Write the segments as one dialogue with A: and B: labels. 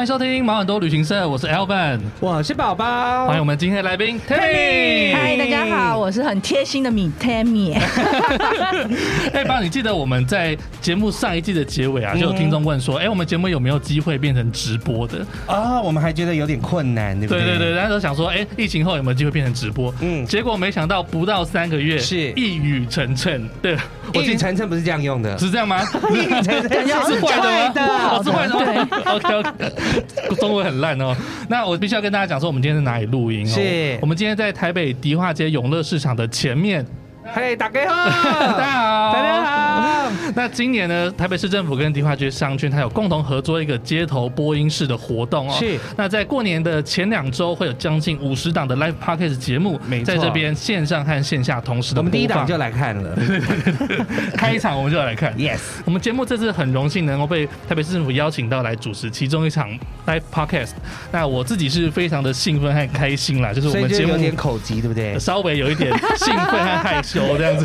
A: 迎收听毛很多旅行社，我是 Alvin，
B: 我是宝宝，
A: 欢迎我们今天的来宾 Tammy。
C: 嗨，大家好，我是很贴心的米 Tammy。
A: 哎，爸，你记得我们在节目上一季的结尾啊，就有听众问说，哎，我们节目有没有机会变成直播的？
B: 啊、我们还觉得有点困难，对不
A: 对对
B: 对
A: 对，那时候想说，哎，疫情后有没有机会变成直播？嗯，
B: 嗯
A: 结果没想到不到三个月，
B: 是
A: 一语成谶。对，我
B: 我
A: 今
B: 进
A: 天
B: 晨晨不是这样用的，
A: 是这 样吗？
B: 感
C: 觉好
A: 是
C: 像
A: 坏的
B: 不
A: 吗？
B: 好
A: 我是坏的吗 ？OK OK，中文很烂哦。那我必须要跟大家讲说，我们今天在哪里录音哦？
B: 是
A: 我们今天在台北迪化街永乐市场的前面。
B: 嘿，大家好，
A: 大家好，
B: 大家好，
A: 那今年呢，台北市政府跟迪化街商圈，它有共同合作一个街头播音室的活动哦。
B: 是
A: 那在过年的前两周，会有将近五十档的 live podcast 节目
B: 没，错
A: 在这边线上和线下同时的
B: 我们第一 档就
A: 播
B: 来看了
A: 放开场，我们就来看。
B: ，yes，
A: 我们节目这次很荣幸能够被台北市政府邀请到来主持其中一场 live podcast。那我自己是非常的兴奋和开心啦，就是我
B: 所以
A: 们
B: 就
A: 节目
B: 有点口急，对不对？
A: 稍微有一点兴奋和害羞这样子，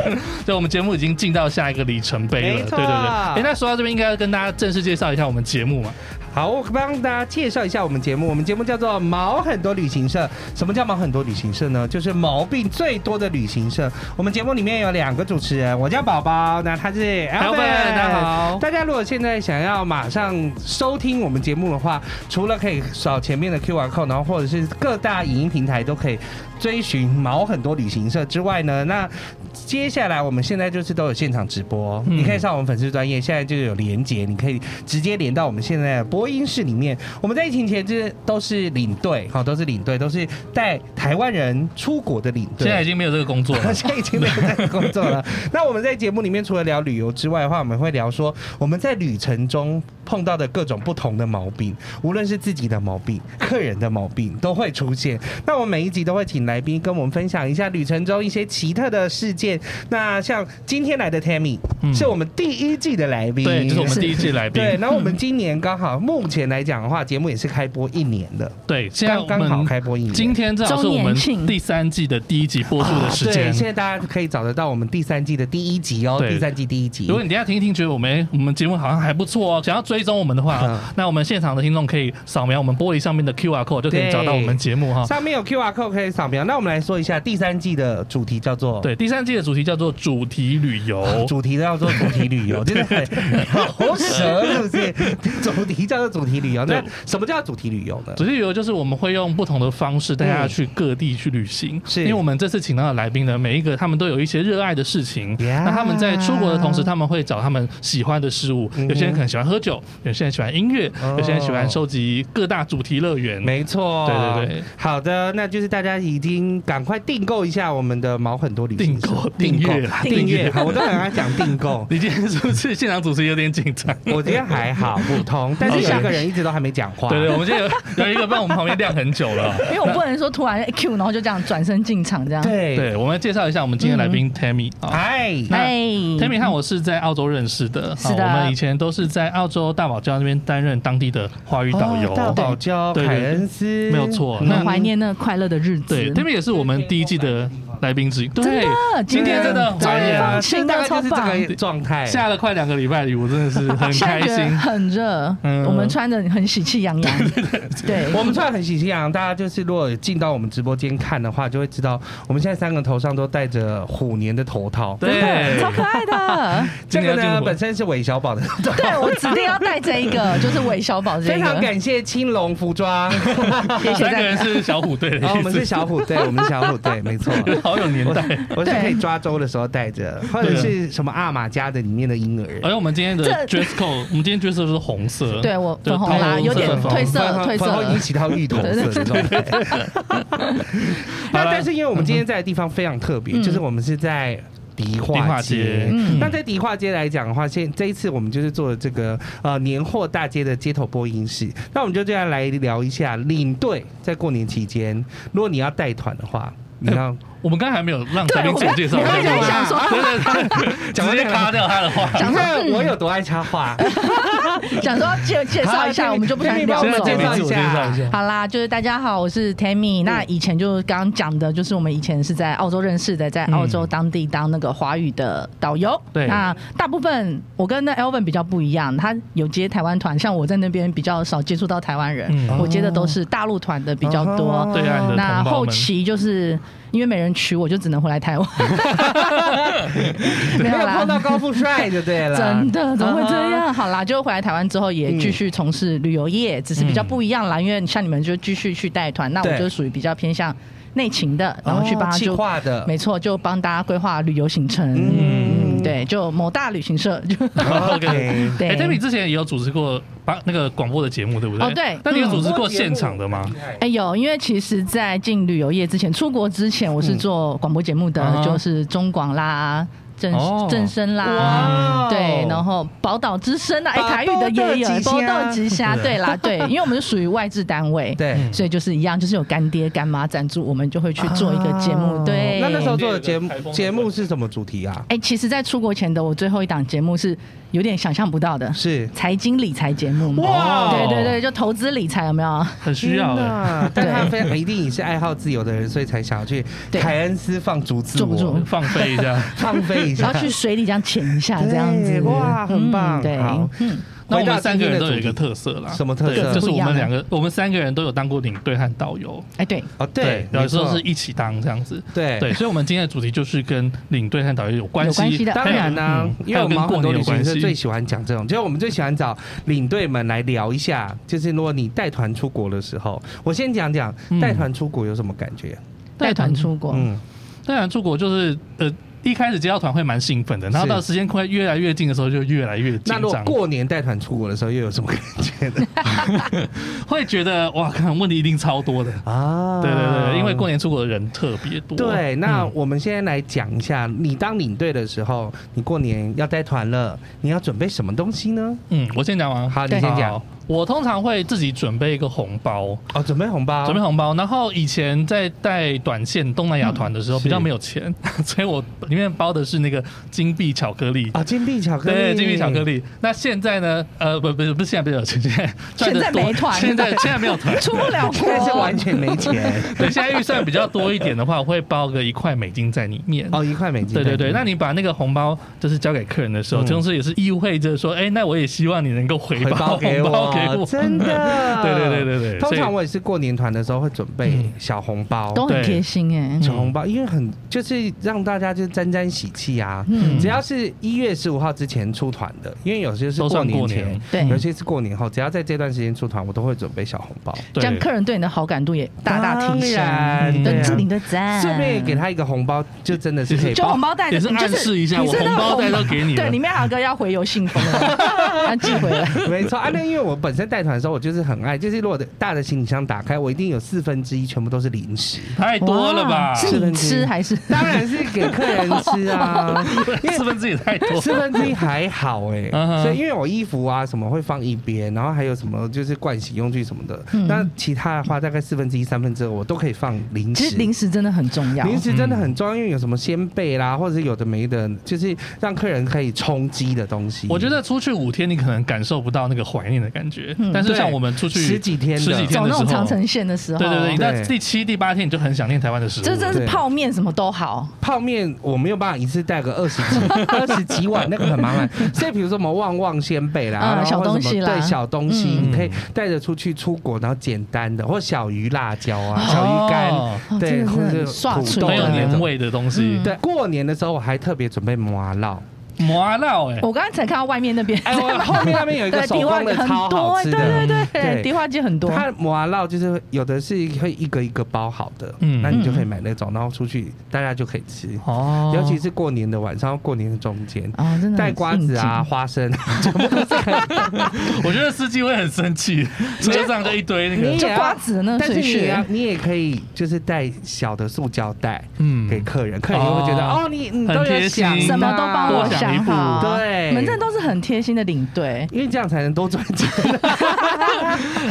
A: 所以我们节目已经进到下一个里程碑了。
B: 没
A: 对
B: 错
A: 对对，哎、那说到这边，应该要跟大家正式介绍一下我们节目嘛。
B: 好，我帮大家介绍一下我们节目。我们节目叫做“毛很多旅行社”。什么叫毛很多旅行社呢？就是毛病最多的旅行社。我们节目里面有两个主持人，我叫宝宝，那他是 Alvin。
A: 大家好
B: 大家如果现在想要马上收听我们节目的话，除了可以扫前面的 QR code，然后或者是各大影音平台都可以追寻毛很多旅行社之外呢，那接下来我们现在就是都有现场直播，
A: 嗯
B: 你可以上我们粉丝专业，现在就有连接，你可以直接连到我们现在的播音室里面。我们在疫情前就是都是领队，好，都是领队，都是带台湾人出国的领队。。
A: 现在已经没有这个工作了
B: 现在已经没有在工作 了。那我们在节目里面除了聊旅游之外的话，我们会聊说我们在旅程中碰到的各种不同的毛病，无论是自己的毛病、客人的毛病都会出现。那我们每一集都会请来宾跟我们分享一下旅程中一些奇特的事件。那像今天来的 Tammy、
A: 嗯
B: 是我们第一季的来宾，
A: 对，就是我们第一 季来宾。
B: 对，然后我们今年刚好目前来讲的话，节目也是开播一年的，
A: 对，现在
B: 刚
A: 我
B: 刚好
A: 们
B: 开播一年。
A: 今天正好是我
C: 周
A: 们
C: 年庆
A: 第三季的第一集播出的时
B: 哦对，
A: 间。
B: 现在大家可以找得到我们第三季的第一集哦，
A: 对
B: 第三季第一集
A: 如。果你等一下听一听，觉得我们诶我们节目好像还不错哦，想要追踪我们的话，
B: 嗯
A: 那我们现场的听众可以扫描我们玻璃上面的 QR code 就可以
B: 对
A: 找到我们节目哈。
B: 上面有 Q R code 可以扫描。那我们来说一下第三季的主题叫做，。
A: 对，第三季的主题叫做主题旅游
B: 主题叫做主题旅 游，真的很好蛇是不是？主题叫做主题旅游，那
A: 对
B: 什么叫主题旅游呢？
A: 主题旅游就是我们会用不同的方式带大家去各地去旅行，
B: 嗯是
A: 因为我们这次请到的来宾呢，每一个他们都有一些热爱的事情。
B: Yeah
A: 那他们在出国的同时，他们会找他们喜欢的事物，
B: 嗯哼
A: 有些人可能喜欢喝酒，有些人喜欢音乐，
B: 哦
A: 有些人喜欢收集各大主题乐园。
B: 没错，
A: 对对对。
B: 好的，那就是大家已经赶快订购一下我们的毛很多旅行社
A: 订购订阅啦
B: 订
A: 订阅
B: 阅。好，我都很爱讲订
A: 。
B: 购
A: 你今天是不是现场主持有点紧 张？
B: 我今天还好，普通，但是
A: OK
B: 有一个人一直都还没讲话。
A: 对对，我们今天有有一个在我们旁边晾很久了。
C: 因为我不能说突然哎 Q，然后就这样转身进场这样。
B: 对嗯
A: 对，我们来介绍一下我们今天来宾 Tammy 啊。
B: 哎，
A: 那
C: 哎
A: Tammy 和我是在澳洲认识的，
C: 是的
A: 啊我们以前都是在澳洲大堡礁那边担任当地的华语导游。
B: 哦大堡礁、
A: 对对
B: 凯
A: 对
B: 恩斯，
A: 没有错那
C: 很怀念那快乐的日子。
A: 对，Tammy 也是我们第一季的来宾之一。对，今天真的
C: 终
A: 怀
C: 于
A: 念
C: 放
A: 啊，
C: 晴了，超
B: 就是这
C: 棒！
B: 个状态。
A: 下了快两个礼拜里，我真的是很
C: 现
A: 开
C: 在觉得
A: 心。
C: 很热
A: 嗯，
C: 我们穿的很喜气洋洋。对，
B: 我们突然很喜气洋洋，大家就是如果有进到我们直播间看的话，就会知道我们现在三个头上都戴着虎年的头套。
A: 对，
C: 超可爱的。
B: 这个
A: 今年要
B: 呢
A: 进
B: 本身是韦小宝的头套。
C: 对我指定要带这一个，就是韦小宝这
B: 非
C: 一
B: 常
C: 个。
B: 感谢青龙服装，哦
C: 谢谢
A: 三个
C: 大家
A: 人哦是小虎队的
C: 哦
B: 然后我们
A: 意
B: 是
A: 思，
B: 小虎队，我们是小虎队，没错。
A: 好有 年代。
B: 我是可以抓周的时候戴着，或者是什么阿玛家的里面的婴儿。
A: 而且我们今天的
C: 这
A: dress code，我们今天 dress code 是红色，
C: 对我
A: 就
C: 粉红
A: 桃
C: 啦，
A: 红色
C: 有点
A: 粉红
C: 褪
B: 然
C: 色，
B: 后
C: 褪色
B: 然后已经
C: 了。
B: 起到芋头色的状态。
A: 好
B: 那
A: 啦
B: 但是因为我们今天在的地方非常特别，
C: 嗯
B: 就是我们是在。迪
A: 迪
B: 化
A: 化
B: 街
A: 街，
C: 嗯
B: 那在迪化街来讲的话，现这一次我们就是做了这个呃年货大街的街头播音室。那我们就这样来聊一下领队在过年期间，如果你要带团的话，你要
A: 我们刚才还没有让来宾自我介绍，
C: 对我刚才
A: 对
C: 想说
A: 对对，
B: 讲
A: 直
B: 完
A: 接
B: 这个
A: 卡掉他的话。
B: 讲看我有多爱插话。
C: 想说介介绍一下，我们就不想聊
B: 帮我
A: 现
B: 们
A: 在介绍
B: 介绍一
A: 一
C: 了。
B: 下
A: 下。
C: 好啦，就是大家好，我是 Tammy。那以前就刚刚讲的，就是我们以前是在澳洲认识的，在澳洲当地当那个华语的导游。
A: 对
C: 那大部分我跟那 Elvin 比较不一样，他有接台湾团，像我在那边比较少接触到台湾人，
A: 嗯
C: 我接的都是大陆团的比较多。
B: 哦
A: 对岸的
C: 那
A: 同胞
C: 后
A: 们，
C: 期就是因为没人娶我，就只能回来台湾。
B: 没有
C: 啦
B: 碰到高富帅就对啊了，
C: 真的怎么会这
B: 啊
C: 样？好啦，就回来台湾之后也
B: 嗯
C: 继续从事旅游业，只是比较不一样啦。因为像你们就继续去带团，那
B: 对
C: 我就属于比较偏向内勤的，
B: 哈？
C: 然后去帮
B: 哦
C: 他
B: 企
C: 就、
B: 划的，
C: 没错，就帮大家规划旅游行程。
B: 嗯
C: 嗯对，就某大旅行社 就
B: OK，
C: 对。
A: 哎 d a m i 之前也有主持过把那个广播的节目，对不对？
C: 哦对
A: 那你有主持过现场的吗？
C: 哎有，因为其实，在进旅游业之前，出国之前，我是
B: 嗯
C: 做广播节目的，
A: 嗯
C: 就是中广啦、正
A: 哦
C: 正声啦，
B: 哇哦，
C: 对，然后宝岛之声啊，哎、台语的也有，
B: 宝
C: 波
B: 岛
C: 豆
B: 之
C: 之虾，对啦，对，因为我们是属于外置单位，，
B: 对
A: 嗯
C: 所以就是一样，就是有干爹干妈赞助，我们就会去做一个节目，
B: 哦
C: 对。
B: 那那时候做的节
A: 台
B: 目
A: 风
B: 节目是什么主题啊？
C: 哎、其实，在出国前的我最后一档节目是有点想象不到的，
B: 是
C: 财经理财节目嘛，
B: 哇哦
C: 对对对，就投资理财有没有？
A: 很需要
B: 天
A: 的。
B: 哪但
C: 对
B: 他非常一定也是爱好自由的人，所以才想要去
C: 对
B: 凯恩斯放逐自
C: 重不
B: 我
C: 重，
A: 哎放飞一下，
B: 放飞一下，
C: 然后去水里这样潜一下，这样
B: 对
C: 子，
B: 哇，很棒，
C: 嗯对，
B: 好
C: 嗯，
A: 那我
B: 回到
A: 们三个人都有一
B: 今
A: 个
B: 天的主题
A: 特色啦，
B: 什么特色
A: 对就是我
C: 不一样
A: 们
C: 啊
A: 两个，我们三个人都有当过领队和导游，
C: 哎、对，
B: 哦，对，
A: 有时
B: 没
A: 候
B: 错
A: 是一起当这样子，
B: 对
A: 对，所以，我们今天的主题就是跟领队和导游有关
C: 有关系 的
B: 当然啦、
A: 嗯
B: 因为我们
A: 还有跟
B: 很
A: 过
B: 多
A: 年
B: 旅
A: 有
B: 行
A: 关
B: 社
A: 系
B: 最喜欢讲这种，就是我们最喜欢找领队们来聊一下，就是如果你带团出国的时候，我先讲讲
A: 嗯哦
B: 带团出国有什么感觉。
C: 带团出国，
B: 嗯，
A: 当然，出国就是呃，一开始接到团会蛮兴奋的，然后
B: 是
A: 到时间快越来越近的时候，就越来越紧
B: 那如果
A: 张，
B: 过年带团出国的时候，又有什么感觉 呢？
A: 会觉得哇，看问题一定超多的。
B: 啊，
A: 对对对，因为过。年出国的人特别多。
B: 对，那
A: 嗯
B: 我们现在来讲一下，你当领队的时候，你过年要带团了，你要准备什么东西呢？
A: 嗯，我先讲完。
B: 好，你
C: 对
B: 先讲
A: 好。我通常会自己准备一个红包，
B: 哦，准备红包，
A: 准备红包。然后以前在带短线东南亚团的时候
B: 嗯
A: 比较
B: 是
A: 没有钱， 所以我里面包的是那个金币巧克力。
B: 啊，金币巧克力，
A: 对，金币巧克力。那现在呢？呃，不，不是，不是现在没有钱，现在赚
C: 现
A: 的
C: 在
A: 多
C: 没团
A: 现在现在没有团，
C: 出不了国，
B: 但是完全没钱
A: 对，现在预算比较多一点的话，我会包个一块美金在里面。
B: 哦，一块美金在
A: 对
B: 里面。
A: 对对，那你把那个红包就是交给客人的时候，
B: 嗯
A: 同时也是意会着说，哎，那我也希望你能够回
B: 回
A: 报
B: 报给
A: 红包
B: 我，
A: 给我。。
B: 真的
A: 对对对对对
B: 通
A: 所
B: 常
A: 以
B: 我也是过年团的时候会准备
A: 嗯
B: 小红包，
C: 都很
A: 对
C: 贴心哎、
B: 小红包，因为很就是让大家就沾沾喜气啊。
C: 嗯
B: 只要是一月十五号之前出团的，因为有些是
A: 都算
B: 年
A: 过年
B: 前，
C: 对
B: 有些是过年后，只要在这段时间出团，我都会准备小红包，
A: 对
C: 这样客人对你的好感度也大大提
B: 当
C: 升。
B: 然
A: 嗯
B: 对
C: 对，
B: 啊
C: 祝你的赞，
B: 顺便也给他一个红包，就真的是可以
C: 就
B: 包
C: 红包袋
A: 也是暗示一下，我红包袋都给你
C: 对，
A: 了
C: 里。面还有个要回邮信封 的，要寄回来。
B: 没错啊，那因为我本身带团的时候，我就是很爱，就是如果大的行李箱打开，我一定有四分之一全部都是零食。
A: 太多了吧
C: 哇？是你吃还是？
B: 当然是给客人吃啊，
A: 四分之一也太多。
B: 四分之一还好哎、
A: 嗯哼
B: 所以因为我衣服啊什么会放一边，然后还有什么就是盥洗用具什么的，
C: 嗯
B: 那其他的话大概四分之一、三分之二我都可以放零
C: 其
B: 食
C: 实。零食真的很重
A: 啊
C: 要。
B: 零食真的很重要，因为有什么鲜贝啦，或者是有的没的，就是让客人可以充饥的东西。
A: 我觉得出去五天，你可能感受不到那个怀念的感觉，
C: 嗯
A: 但是像
B: 对
A: 我们出去
B: 十几天的
A: 十几天
C: 走
A: 的
C: 那
A: 时
C: 种长
A: 候，
C: 城线的时候，
A: 对对对，你到
B: 对
A: 第七、第八天你就很想念台湾的食物。
C: 这真是
B: 对
C: 泡面什么都好，
B: 泡面我没有办法一次带个二十 几二十几碗，那个很麻烦。所以比如说什么旺旺仙贝啦，
C: 嗯
B: 然后
C: 小东西
B: 或者什么
C: 啦
B: 对小东西，
A: 嗯
B: 你可以带着出去出国，然后简单的或小鱼辣椒啊、
A: 哦
B: 小鱼干，
C: 哦
B: 对，
C: 真的是
B: 或者
C: 很
B: 是
C: 刷
B: 土
C: 嘴
B: 豆
A: 很有
B: 的那
A: 年
B: 种。
A: 味的东西
C: 嗯，
B: 对，过年的时候我还特别准备麻辣。
A: 麻辣哎，
C: 我刚才才看到外面那边，
B: 哎， 我 后面那边有一个
C: 对，
B: 手
C: 迪化
B: 工的
C: 很
B: 超
C: 多
B: 好
C: 欸，
B: 吃
C: 对
B: 的，
C: 对
B: 对
C: 对，迪化街很多。
B: 它麻辣就是有的是会一个一个包好的，
A: 嗯
B: 那你就可以买那种，然后出去大家就可以吃。
A: 哦
B: 尤其是过年的晚上，过年的中间，
C: 啊，真的很
B: 带瓜子啊、花生，
A: 我觉得司机会很生气，车上就一堆那
C: 应
B: 你
A: 个
C: 景，
B: 也
C: 就
B: 要
C: 瓜子那个
B: 但是
C: 水
B: 你要
C: 屑，
B: 你也可以就是带小的塑胶袋
A: 嗯
B: 给客人，客人就会觉得
A: 哦
B: 哦，你你都有想
A: 很贴心
B: 啊
C: 什么都帮我
A: 多想每一
C: 讲
A: 步
C: 好，
B: 对
C: 你们这都是很贴心的领队。
B: 因为这样才能多赚钱。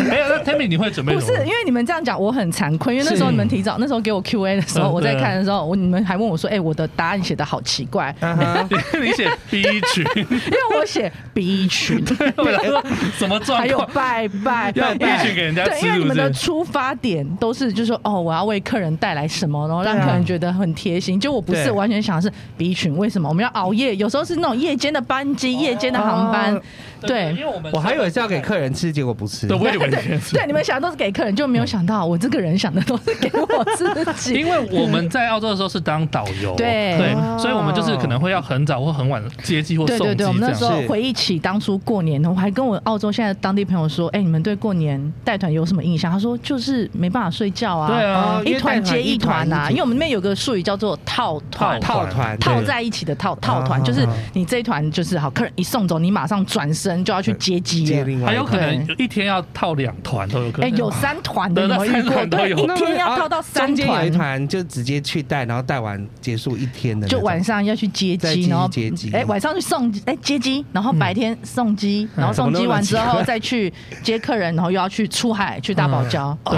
A: 没哎有，那 Tammy 你会准备
C: 不
A: 什
C: 是，
A: 么
C: 因？为你们这样讲，我很惭愧，因为那时候
B: 是
C: 你们提早，那时候给我 Q A 的时 候，
A: 嗯
C: 我在
A: 对
C: 看的时候，我你们还问我说：“哎、我的答案写的好奇怪，
B: 嗯哼
A: 你写 B 群，
C: 因为我写 B 群，
A: 我想说什么状
C: 啊还有
A: 况？
C: 拜拜，
A: 要
C: 因为
A: 必须给人家
C: 对，
A: 吃
C: 因为你们
A: 是
C: 的
A: 不是
C: 出发点都是就是说，哦，我要为客人带来什么，然后让
B: 对啊
C: 客人觉得很贴心。就我不
B: 对
C: 是完全想的是 B 群，为什么我们要熬夜？有时候是那种夜间的班机、夜间的航班
B: 哦，
C: 对
A: 因。为我们
B: 我还以为是要给客人吃，结果不是。
A: 对，我以为
C: 对，你们想的都是给客人，就没有想到我这个人想的都是给我自己。
A: 因为我们在澳洲的时候是当导游，
C: 对
B: 哦
A: 所以我们就是可能会要很早或很晚接机或
C: 对
A: 送
C: 对
A: 机这
C: 对，我
A: 样。
C: 们那时候
B: 是
C: 回忆起当初过年，我还跟我澳洲现在当地朋友说：“哎、你们对过年带团有什么印象？”他说：“就是没办法睡觉啊，
A: 对啊
B: 哦，
C: 一团接
B: 一
C: 一团呐、
B: 一
C: 因为我们那边有个术语叫做套团，
B: 套团
C: 套
B: 对
C: 在一起的套套团，
B: 啊
C: 就是你这一团就是好，客人一送走，你马上转身就要去接机
B: 接
C: 了。
B: 另外
A: 还
B: 一
A: 有
B: 个
A: 可能一天要套两团都有可
C: 哎、
A: 能。
C: 有三团的，
A: 对
C: 你
A: 那
C: 有没有
A: 三
C: 遇过？
A: 团都
C: 对，
A: 有
C: 一天
B: 啊
C: 要套到
B: 中
C: 三
B: 间有一
C: 团，
B: 团就直接去带，然后带完结束一天的那
C: 就
B: 种，
C: 晚上要去接
B: 对接
C: 机，然后
B: 接机嗯
C: 哎、晚上去送哎、接机，然后白天送机，然后送机完之
B: 怎么那么
C: 后
B: 奇怪
C: 再去接客人，然后又要去出海去大堡礁，
B: 嗯
C: 哦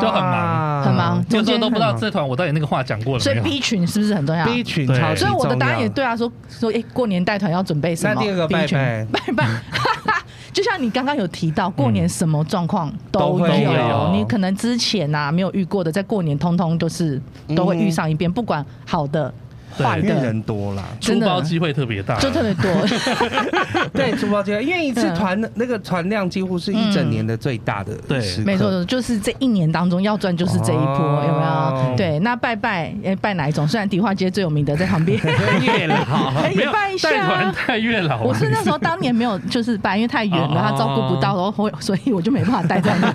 A: 对，就很忙，
B: 啊
C: 很忙。
A: 有时候
C: 中间
A: 都不知道
C: 很忙
A: 这团我到底那个话讲过了
C: 所以
A: 没有。
C: B 群是不是很重要
B: 啊 B 群
A: 对
B: 超级
C: 所以我的答案
B: 重
C: 也
B: 要
C: 对啊，说说哎、诶过年带团要准备什么？
B: 那第二个
C: B
B: 拜
C: 群
B: 拜
C: 拜拜， 就像你刚刚有提到，过年什么状况
B: 都
C: 都
B: 会
C: 有，
A: 有
C: 你可能之前呐、啊、没有遇过的，在过年通通都是都
B: 嗯
C: 会遇上一遍，不管好的坏
B: 因为
C: 的，
B: 人多啦，
A: 出
C: 真的
A: 包机会特别大，
C: 就特别多。
B: 对，珠宝街，因为一次团那个团量几乎是一整年的最大的
A: 嗯对
B: 时刻
C: 没错，就是这一年当中要赚就是这一波，
B: 哦
C: 有没有？对，那拜拜，哎，拜哪一种？虽然迪化街最有名的在旁
B: 哦
C: 边，
A: 月老没有
C: 哎拜一下
A: 带团太月老了，
C: 我是那时候当年没有就是拜，因为太远
A: 哦
C: 了，他照顾不到，然后所以我就没办法带在 那。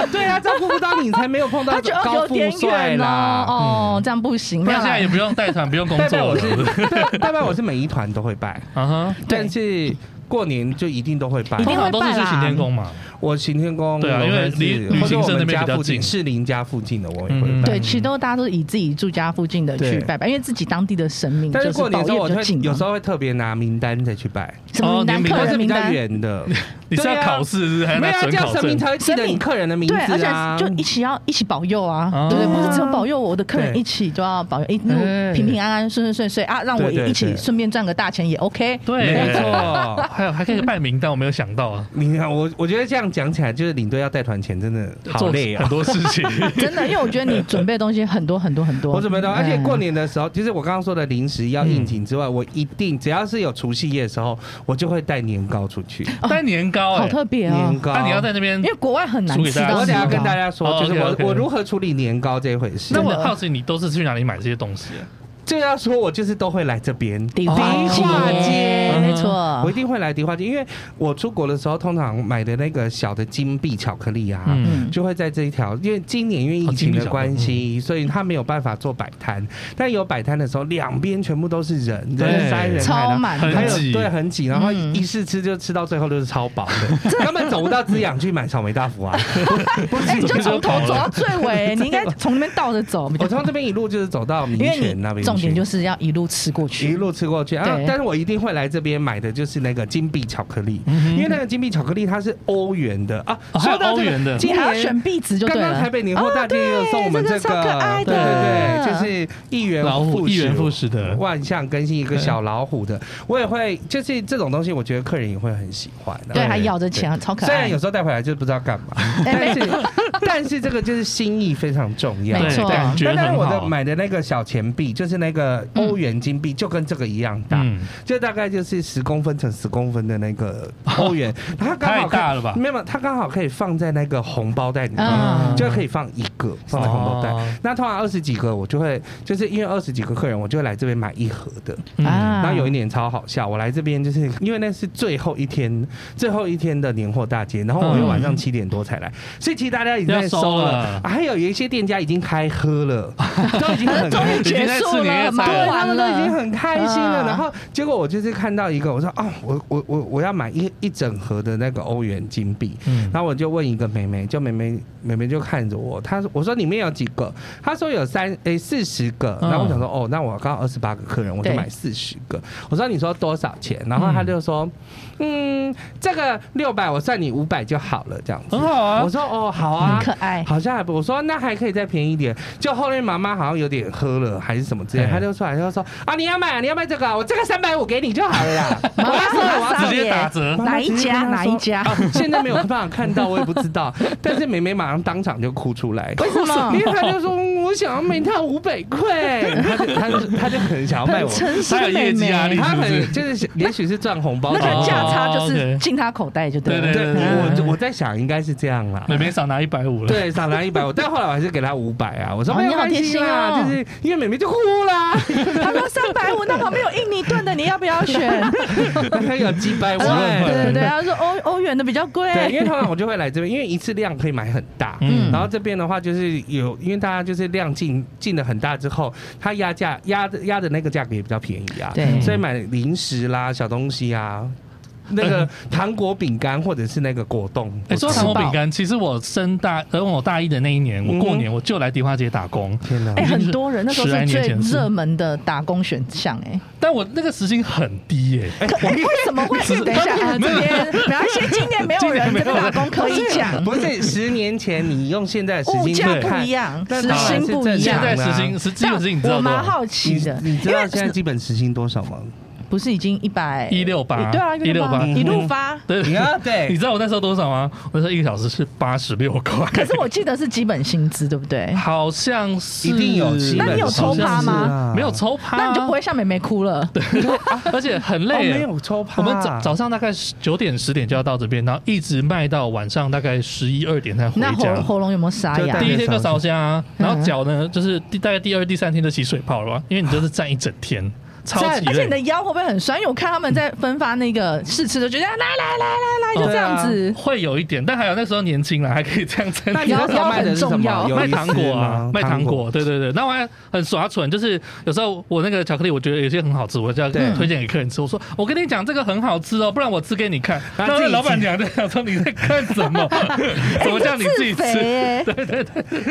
B: 啊，对啊，照顾不到你才没有碰
C: 他哦
B: 到
C: 觉得
B: 高
C: 有
B: 富
C: 点
B: 帅
C: 远
B: 啦。嗯
C: 哦，哦，这样不行。
A: 不然
C: 没
A: 现
C: 有啦
A: 在也不用带团，不用工
C: 哦
B: 拜拜
A: 作
B: 我
A: 了。
B: 是
A: 是不是
B: 拜拜我是每一团都会拜，
A: 啊哈，
C: 对
B: 但是过年就一定都会拜
C: 一。
A: 通
C: 定
A: 常
C: 会啊
A: 都是
C: 拜
A: 去
C: 啦
A: 行天宫嘛，
B: 我行天宫，
A: 对啊
B: 我
A: 因为
B: 儿子
A: 离旅
B: 或者
A: 行
B: 我
A: 社那
B: 们
A: 边
B: 家
A: 比较
B: 附近，
A: 近
B: 士林家附近的我也会
A: 嗯
B: 拜。
C: 对，其实都大家都是以自己住家附近的去
B: 对
C: 拜拜，因为自己当地的神明
B: 但
C: 就是
B: 过年的
C: 保
B: 时候，
C: 佑
B: 我
C: 比较
B: 会
C: 近嘛。
B: 有时候会特别拿名单再去拜，
C: 什么名
A: 哦
C: 单？
A: 年饼
C: 客
B: 或是
C: 人
B: 比
C: 名
B: 较
C: 单。
B: 远的，
A: 你是要
B: 对啊
A: 考试是不是 还是
B: 没
A: 要
B: 有啊
A: 准
B: 这样
A: 考
B: 神明
A: 证？
B: 才会记得你客人的名字
C: 对，而且
B: 啊。
C: 就一起要一起保佑啊，
A: 哦
C: 对对，不是只有保佑我我的客人，
B: 对
C: 一起就要保佑，一路
A: 哎
C: 平平安安、顺顺遂遂啊，让我
B: 对对
C: 也一起
B: 对
C: 顺便赚个大钱也 OK。
A: 对，
B: 没错
A: 还有还可以办名单，我没有想到 啊，
B: 你看，我我觉得这样讲起来，就是领队要带团前真的好
A: 做
B: 累啊
A: 很。多事 情。
C: 真的，因为我觉得你准备的东西很多很多很多。
B: 我准备到，而且过
C: 嗯
B: 年的时候，就是我刚刚说的零食要应景之外，我一定只要是有除夕夜的时候，我就会带年糕出去。
A: 带年糕，
C: 哦好
A: 哎，
C: 特别哦
B: 年，糕，
A: 那你要在那边
C: 因为国外很难
A: 输给
C: 吃
A: 大家
C: 到。
B: 我等一下跟大
C: 家，
B: 家
A: 哦
B: 说，就是我
A: OK，OK
B: 我如何处理年糕这一回事
A: 那。我好奇你都是去哪里买这些东西？啊
B: 这要说，我就是都会来这边。
C: 迪化
B: 迪化街
C: 没
B: 我
C: 错
B: 一，定会来迪化街，因为我出国的时候，通常买的那个小的金币巧克力啊，
A: 嗯
C: 嗯，
B: 就会在这一条，因为今年因为疫情的
C: 哦
B: 关系，所以他没有办法做摆摊。但有摆摊的时候，两边全部都是人，
A: 对
B: 人山人海
C: 超
B: 的，
C: 满的，
A: 很
B: 还有
A: 挤
B: 对很挤，然后
C: 嗯
B: 一试吃就吃到最后都是超饱 的。根本走不到滋养去买草莓大福啊！
C: 哎，你就从头走
A: 了
C: 到最尾，你应该从那边倒着走，
B: 我从这边一路就是走到民
C: 因为
B: 权那
C: 你
B: 边去，
C: 重点就是要一路吃过
B: 一
C: 去。
B: 路吃过去啊
C: 对！
B: 但是我一定会来这边买的就是那个金币巧克力，因为那个金币巧克力它是欧元的啊，
A: 哦还有
B: 说到这
A: 欧
B: 个
A: 元的
C: 你
B: 今
C: 还要
B: 年
C: 选币值就对
B: 刚
C: 了。
B: 刚台北年货大店也有送我们
C: 哦对这个超可爱
B: 个，
C: 的
B: 对对对，就是一元
A: 老虎
B: 复
A: 一元
B: 始
A: 复始的
B: 万象更新一个小老虎的，我也会，就是这种东西，我觉得客人也会很喜欢的。
C: 对，
A: 对
C: 还咬着钱，超可
B: 虽
C: 爱
B: 然有。时候带回来就不知道干嘛，
C: 哎
B: 但是但是这个就是心意非常重要。
C: 没
A: 对，
C: 错
A: 感觉
B: 那当然，
A: 很
B: 我的
A: 好。
B: 买的那个小钱币，就是那个欧元金币，就跟这个一样大，
A: 嗯，
B: 就大概就是十公分乘十公分的那 个欧元，它刚好
A: 太
B: 可以
A: 大了吧
B: 没有，没有它刚好可以放在那个红包袋里面，
C: 嗯
B: 就可以放一个放在红包袋。
A: 哦
B: 那通常二十几个，我就会就是因为二十几个客人，我就会来这边买一盒的。
C: 啊
A: 嗯，
B: 然后有一年超好笑，我来这边就是因为那是最后一天，最后一天的年货大街，然后我又晚上七点多才来，所以其实大家已经在
A: 嗯要收
B: 收
A: 了
B: 了，还有有一些店家已经开喝了， 都已经很
C: 终于
A: 已经
C: 结
A: 在
C: 束
A: 吃年夜菜
C: 了，
A: 了
C: 忙
B: 对，他
C: 完
B: 们都已经
C: 了。
B: 很开心了。
C: 嗯
B: 然后结果我就是看到一个，我说啊，我我我我要买一一整盒的那个欧元金币。
A: 嗯
B: 然后我就问一个妹妹，就妹妹妹妹就看着我，她说：“我说里面有几个？”她说有三诶四十个。
A: 嗯
B: 然后我想说：“哦，那我刚好二十八个客人，我就
C: 对
B: 买四十个。”我说：“你说多少钱？”然后她就说：“嗯，这个六百我算你五百就好了，这样子
A: 很。好啊
B: 我。说：“哦，好啊。
C: 很可爱，
B: 好像还不，我说那还可以再便宜一点。就后面妈妈好像有点喝了还是什么之类，
A: 哎
B: 她就出来就说啊，你要买啊你要卖这个啊，我这个三百五给你就好了啦。我
C: 妈妈
B: 要说我要
C: 说
A: 直接打折
C: 哪一
B: 妈
C: 家
B: 妈直接跟她
C: 哪
B: 说
C: 一家？
B: 啊，现在没有办法看到，我也不知道。但是美美马上当场就哭出来，
C: 为什么
B: 因为她就说嗯我想要每套五百块，她就她就她就很想要卖
C: 很
B: 我，
C: 诚实
A: 她
C: 的
A: 有
C: 妹
A: 业绩
C: 妹，
A: 压力
B: 她
A: 是不
B: 很
A: 是
B: 就是也许是赚红包
C: 那
B: 的，
C: 个价差嗯就
A: 哦，OK
C: 是进她口袋就对了。
A: 对
B: 对
A: 对
B: 我
A: 对
B: 我我在想应该是这样啦。
A: 妹妹少拿一百五了，
B: 对，少拿一百五，但后来我还是给她五百啊。我说
C: 哦
B: 没有
C: 你好
B: 关
C: 贴
B: 系
C: 心
B: 啦，
C: 哦
B: 就是因为妹妹就哭啦，
C: 他说三百五，那旁边有印尼盾的，你要不要选？
B: 还有几百
C: 他说对
B: 万。
C: 对对，他说 欧欧元的比较贵，
B: 对，因为通常我就会来这边，因为一次量可以买很大，
A: 嗯
B: 然后这边的话就是有，因为大家就是量进进的很大之后，它压价压的压的那个价格也比较便宜啊，
C: 对
B: 所以买零食啦、小东西啊，那个糖果、饼干或者是那个果冻，
A: 哎，说到糖果
C: 吃
A: 饼
C: 饱
A: 干，其实我升大，呃，我大一的那一年，
C: 嗯
A: 我过年我就来迪化街打工，
B: 天哪！
C: 哎，
A: 已经是
C: 很多人那时候
A: 10来
C: 是
A: 年
C: 最
A: 前是
C: 热门的打工选项，哎，
A: 但我那个时薪很低耶，
C: 可哎为什么会？
A: 是
C: 等一下，啊，这边然后现今年没有人这个打工可以讲，
B: 不是十年前你用现在的时
C: 物
B: 薪
C: 价
B: 去
C: 不
B: 看
C: 一，样，
B: 那
C: 时
B: 当然
C: 薪
B: 是
C: 不
B: 正
C: 一
A: 现
B: 常
C: 样
B: 的。
A: 在时薪实际
C: 但
A: 的事情你知道
C: 我
A: 多
C: 蛮
A: 少？
C: 好奇
B: 你
C: 的，
B: 你知
C: 因
B: 道
C: 为
B: 现在基本时薪多少吗？
C: 不是已经一百
A: 168
C: 对啊，
A: 168
C: 一路发。
A: 对，
B: 你要对
A: 你知道我那时候多少吗？我那时候一个小时是八十六块，
C: 可是我记得是基本薪资，对不对？
A: 好像是
B: 一定有基本
C: 那你有抽趴吗
B: 好像是啊
A: 没有抽趴，
C: 那你就不会像妹妹哭了。
A: 而且很
B: 哦，
A: 累耶。
B: 没有抽趴，
A: 我们早早上大概九点十点就要到这边，然后一直卖到晚上大概十一二点才回
C: 那
A: 家
C: 喉。喉咙有没有沙
B: 就
C: 哑
B: 带？
A: 第一天就烧香啊，
C: 嗯
A: 然后脚呢就是第大概第二第三天就起水泡了吧，因为你就是站一整天，超级
C: 而且你的
A: 累。
C: 腰会不会很酸？因为我看他们在分发那个试吃的，就觉得来来来来来，就这样子。
A: 会有一点，但还有那时候年轻了，还可以这样站
B: 那
A: 着。
B: 你那时候卖的是什
C: 腰很重
B: 么？
C: 要
B: 有
A: 卖
B: 意
A: 糖
B: 思
A: 果啊
B: 吗，
A: 卖糖果，对对对。那我还很耍蠢，就是有时候我那个巧克力，我觉得有些很好吃，我就要
B: 对
A: 推荐给客人吃。我说我跟你讲这个很好吃哦，不然我吃给你看。
B: 他
A: 然后
B: 啊自
A: 那
B: 己
A: 老板娘就想说你在看什 么？怎么叫你自己
C: 肥
A: 吃？
C: 耶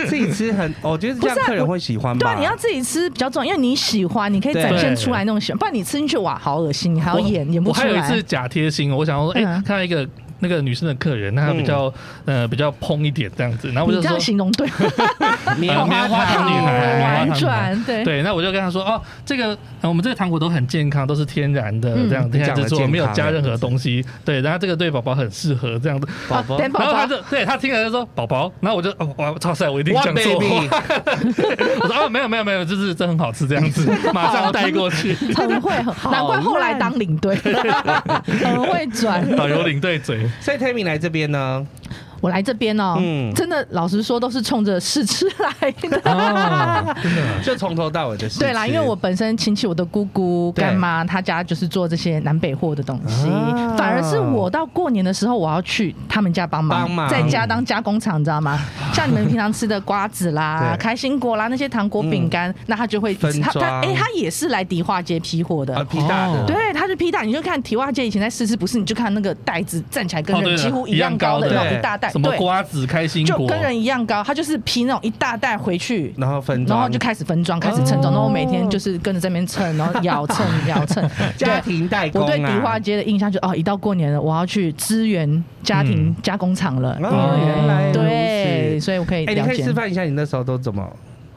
B: 自己吃很，我觉得这样
C: 不是啊
B: 客人会喜欢
C: 对
B: 吧？
C: 啊，你要自己吃比较重要，因为你喜欢，你可以展现出来那种喜欢，不然你吃进去哇，好恶心，你还要
A: 我
C: 演演不
A: 我
C: 出
A: 还有一次
C: 来。
A: 假贴心，我想说，哎，
C: 嗯
A: 看到一个那个女生的客人，那她比较
B: 嗯
A: 呃比较蓬一点这样子，然后我
C: 你
A: 就
C: 这样
A: 说。
C: 形 容对吗，
B: 棉
A: 呃棉花糖女孩，棉花糖女
C: 婉
A: 孩
C: 转对。
A: 对，那我就跟他说哦，这个、呃我们这个糖果都很健康，都是天然的，
C: 嗯
A: 这样子天然制
B: 讲
A: 作，
B: 得
A: 没有
B: 健康
A: 加
B: 的
A: 任何
B: 这样子
A: 东西。对，然后这个对宝宝很适合这样子。
B: 宝宝
C: 啊等宝
A: 然后他
C: 宝
A: 就对他听了就说宝宝，然后我就哦，哇，超帅，我一定讲错
B: What
A: 话。我说哦，没有没有没有，就是这很好吃这样子，马上带过去。
C: 很会， 很难怪后来当领队，很会 转。
A: 导游领队嘴，
B: 所以 Tammy 来这边呢，
C: 我来这边哦，
B: 嗯
C: 真的，老实说都是冲着试吃来的。
A: 哦，真的，
B: 就从头到尾的事。
C: 对啦，因为我本身亲戚，我的姑姑
B: 对
C: 干妈，她家就是做这些南北货的东西。
B: 啊
C: 反而是我到过年的时候，我要去他们家帮忙，
B: 帮忙
C: 在家当加工厂，你知道吗？像你们平常吃的瓜子啦
B: 对、
C: 开心果啦那些糖果、饼干，那他就会
B: 分
C: 他
B: 装
C: 他哎，他也是来迪化街批货的
B: 啊，。皮大的，
C: 对，他是批大，你就看迪化街以前在试吃，不是你就看那个袋子站起来跟
A: 哦对
C: 人
A: 了
C: 几乎
A: 一样
C: 样高的
B: 高的
C: 那种一大袋，
A: 什么
C: 对，
A: 瓜子开心
C: 就
A: 果，
C: 跟人一样高，他就是批那种一大袋回去，
B: 然后哦分装，
C: 然后就开始分装，开始称重，然后我每天就是跟着这边称，然后摇称摇称。
B: 家
C: 对，
B: 庭代工啊。
C: 我对迪化街的印象就哦，一到过年了，我要去支援家庭加工厂了。
B: 嗯
C: 嗯
B: 哦，原来如此
C: 对，。所以我可以
B: 哎，你
C: 了
B: 可以
C: 解
B: 示。范一下你那时候都怎么？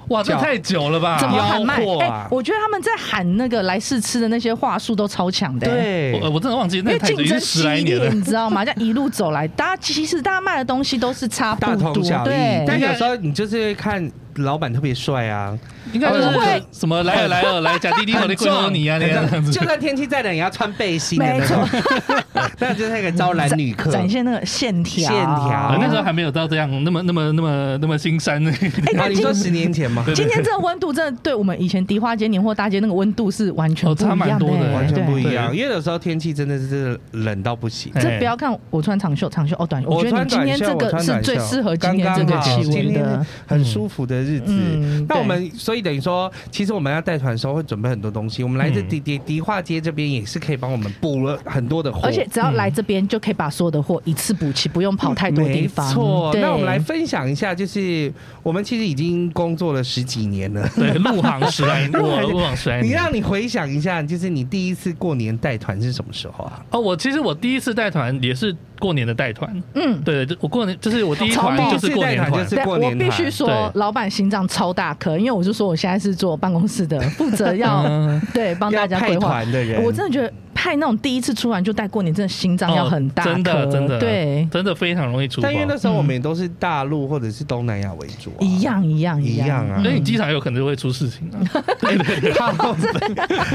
A: 哇，这
B: 叫
A: 太久了吧？
C: 怎么喊卖
B: 吆喝？啊
C: 哎，我觉得他们在喊那个来试吃的那些话术都超强的。哎
B: 对
A: 我，呃我真的忘记，
C: 因
A: 那
C: 为
A: 太久
C: 竞
A: 已
C: 争
A: 经
C: 激
A: 十来年
C: 烈，
A: 了。
C: 你知道吗？这样一路走来，大家其实大家卖的东西都是差
B: 大
C: 不
B: 同
C: 多，
B: 小异
C: 对。。
B: 但有时候你就是看老板特别帅啊，
A: 应该就是
C: 不会
A: 什么来尔来尔来，贾弟弟和那贵州你啊，那样
B: 就
A: 子。
B: 算天气再冷也要穿背心的那种， 那就是那个招揽女客。
C: 展现那个线条，
B: 线条
A: 啊，那时候还没有到这样那么那么那么那么新山呢。
C: 哎
B: 啊，你说十年前吗？
C: 今天这个温度真的对我们以前迪化街年货大街那个温度是完全
A: 哦
C: 不一
A: 差
C: 样
A: 蛮多的
C: 欸
B: 完全不
C: 对
B: 一样，哎
A: 对
B: 因为有时候天气真的是冷到不行。
C: 这不要看我穿长袖，长袖哦短，我觉得你今天这个是最适合今天这个气
B: 今
C: 温
B: 天
C: 的。
B: 很舒服的日子。
C: 嗯
B: 那我
C: 对
B: 们所以等于说，其实我们要带团的时候会准备很多东西。我们来自
A: 嗯
B: 迪迪迪化街这边也是可以帮我们补了很多的货，
C: 而且只要来这边就可以把所有的货一次补齐，不用跑太多地方。
B: 嗯没错，
C: 对
B: 那我们来分享一下，就是我们其实已经工作了十几年了。
A: 对，入行十来年，我入行十
C: 哎
A: 来
B: 你
A: 年。
B: 让你回想一下，就是你第一次过年带团是什么时候啊？
A: 哦，我其实我第一次带团也是过年的带团，
C: 嗯，
A: 对，就我过年就是我第一团
C: 从
A: 就是过年
B: 第一次带团
A: 团
B: 就，是
C: 对，
B: 过
C: 我
B: 年
C: 必
B: 团
C: 须说，
A: 对
C: 老板心脏超大颗，因为我就说我现在是做办公室的，负责 要
A: 嗯
C: 对帮大家
B: 要
C: 规
B: 派
C: 划。哎
B: 团的人，
C: 我真的觉得派那种第一次出完就带过年，真的心脏要很大颗、
A: 哦真的真的
C: 对，
A: 真的非常容易出包
B: 但。因为那时候我们也都是大陆或者是东南亚为主、啊，
C: 嗯一。样一样
B: 一样啊
A: 所以嗯哎你机场有可能就会出事情啊。对对对。
B: 哈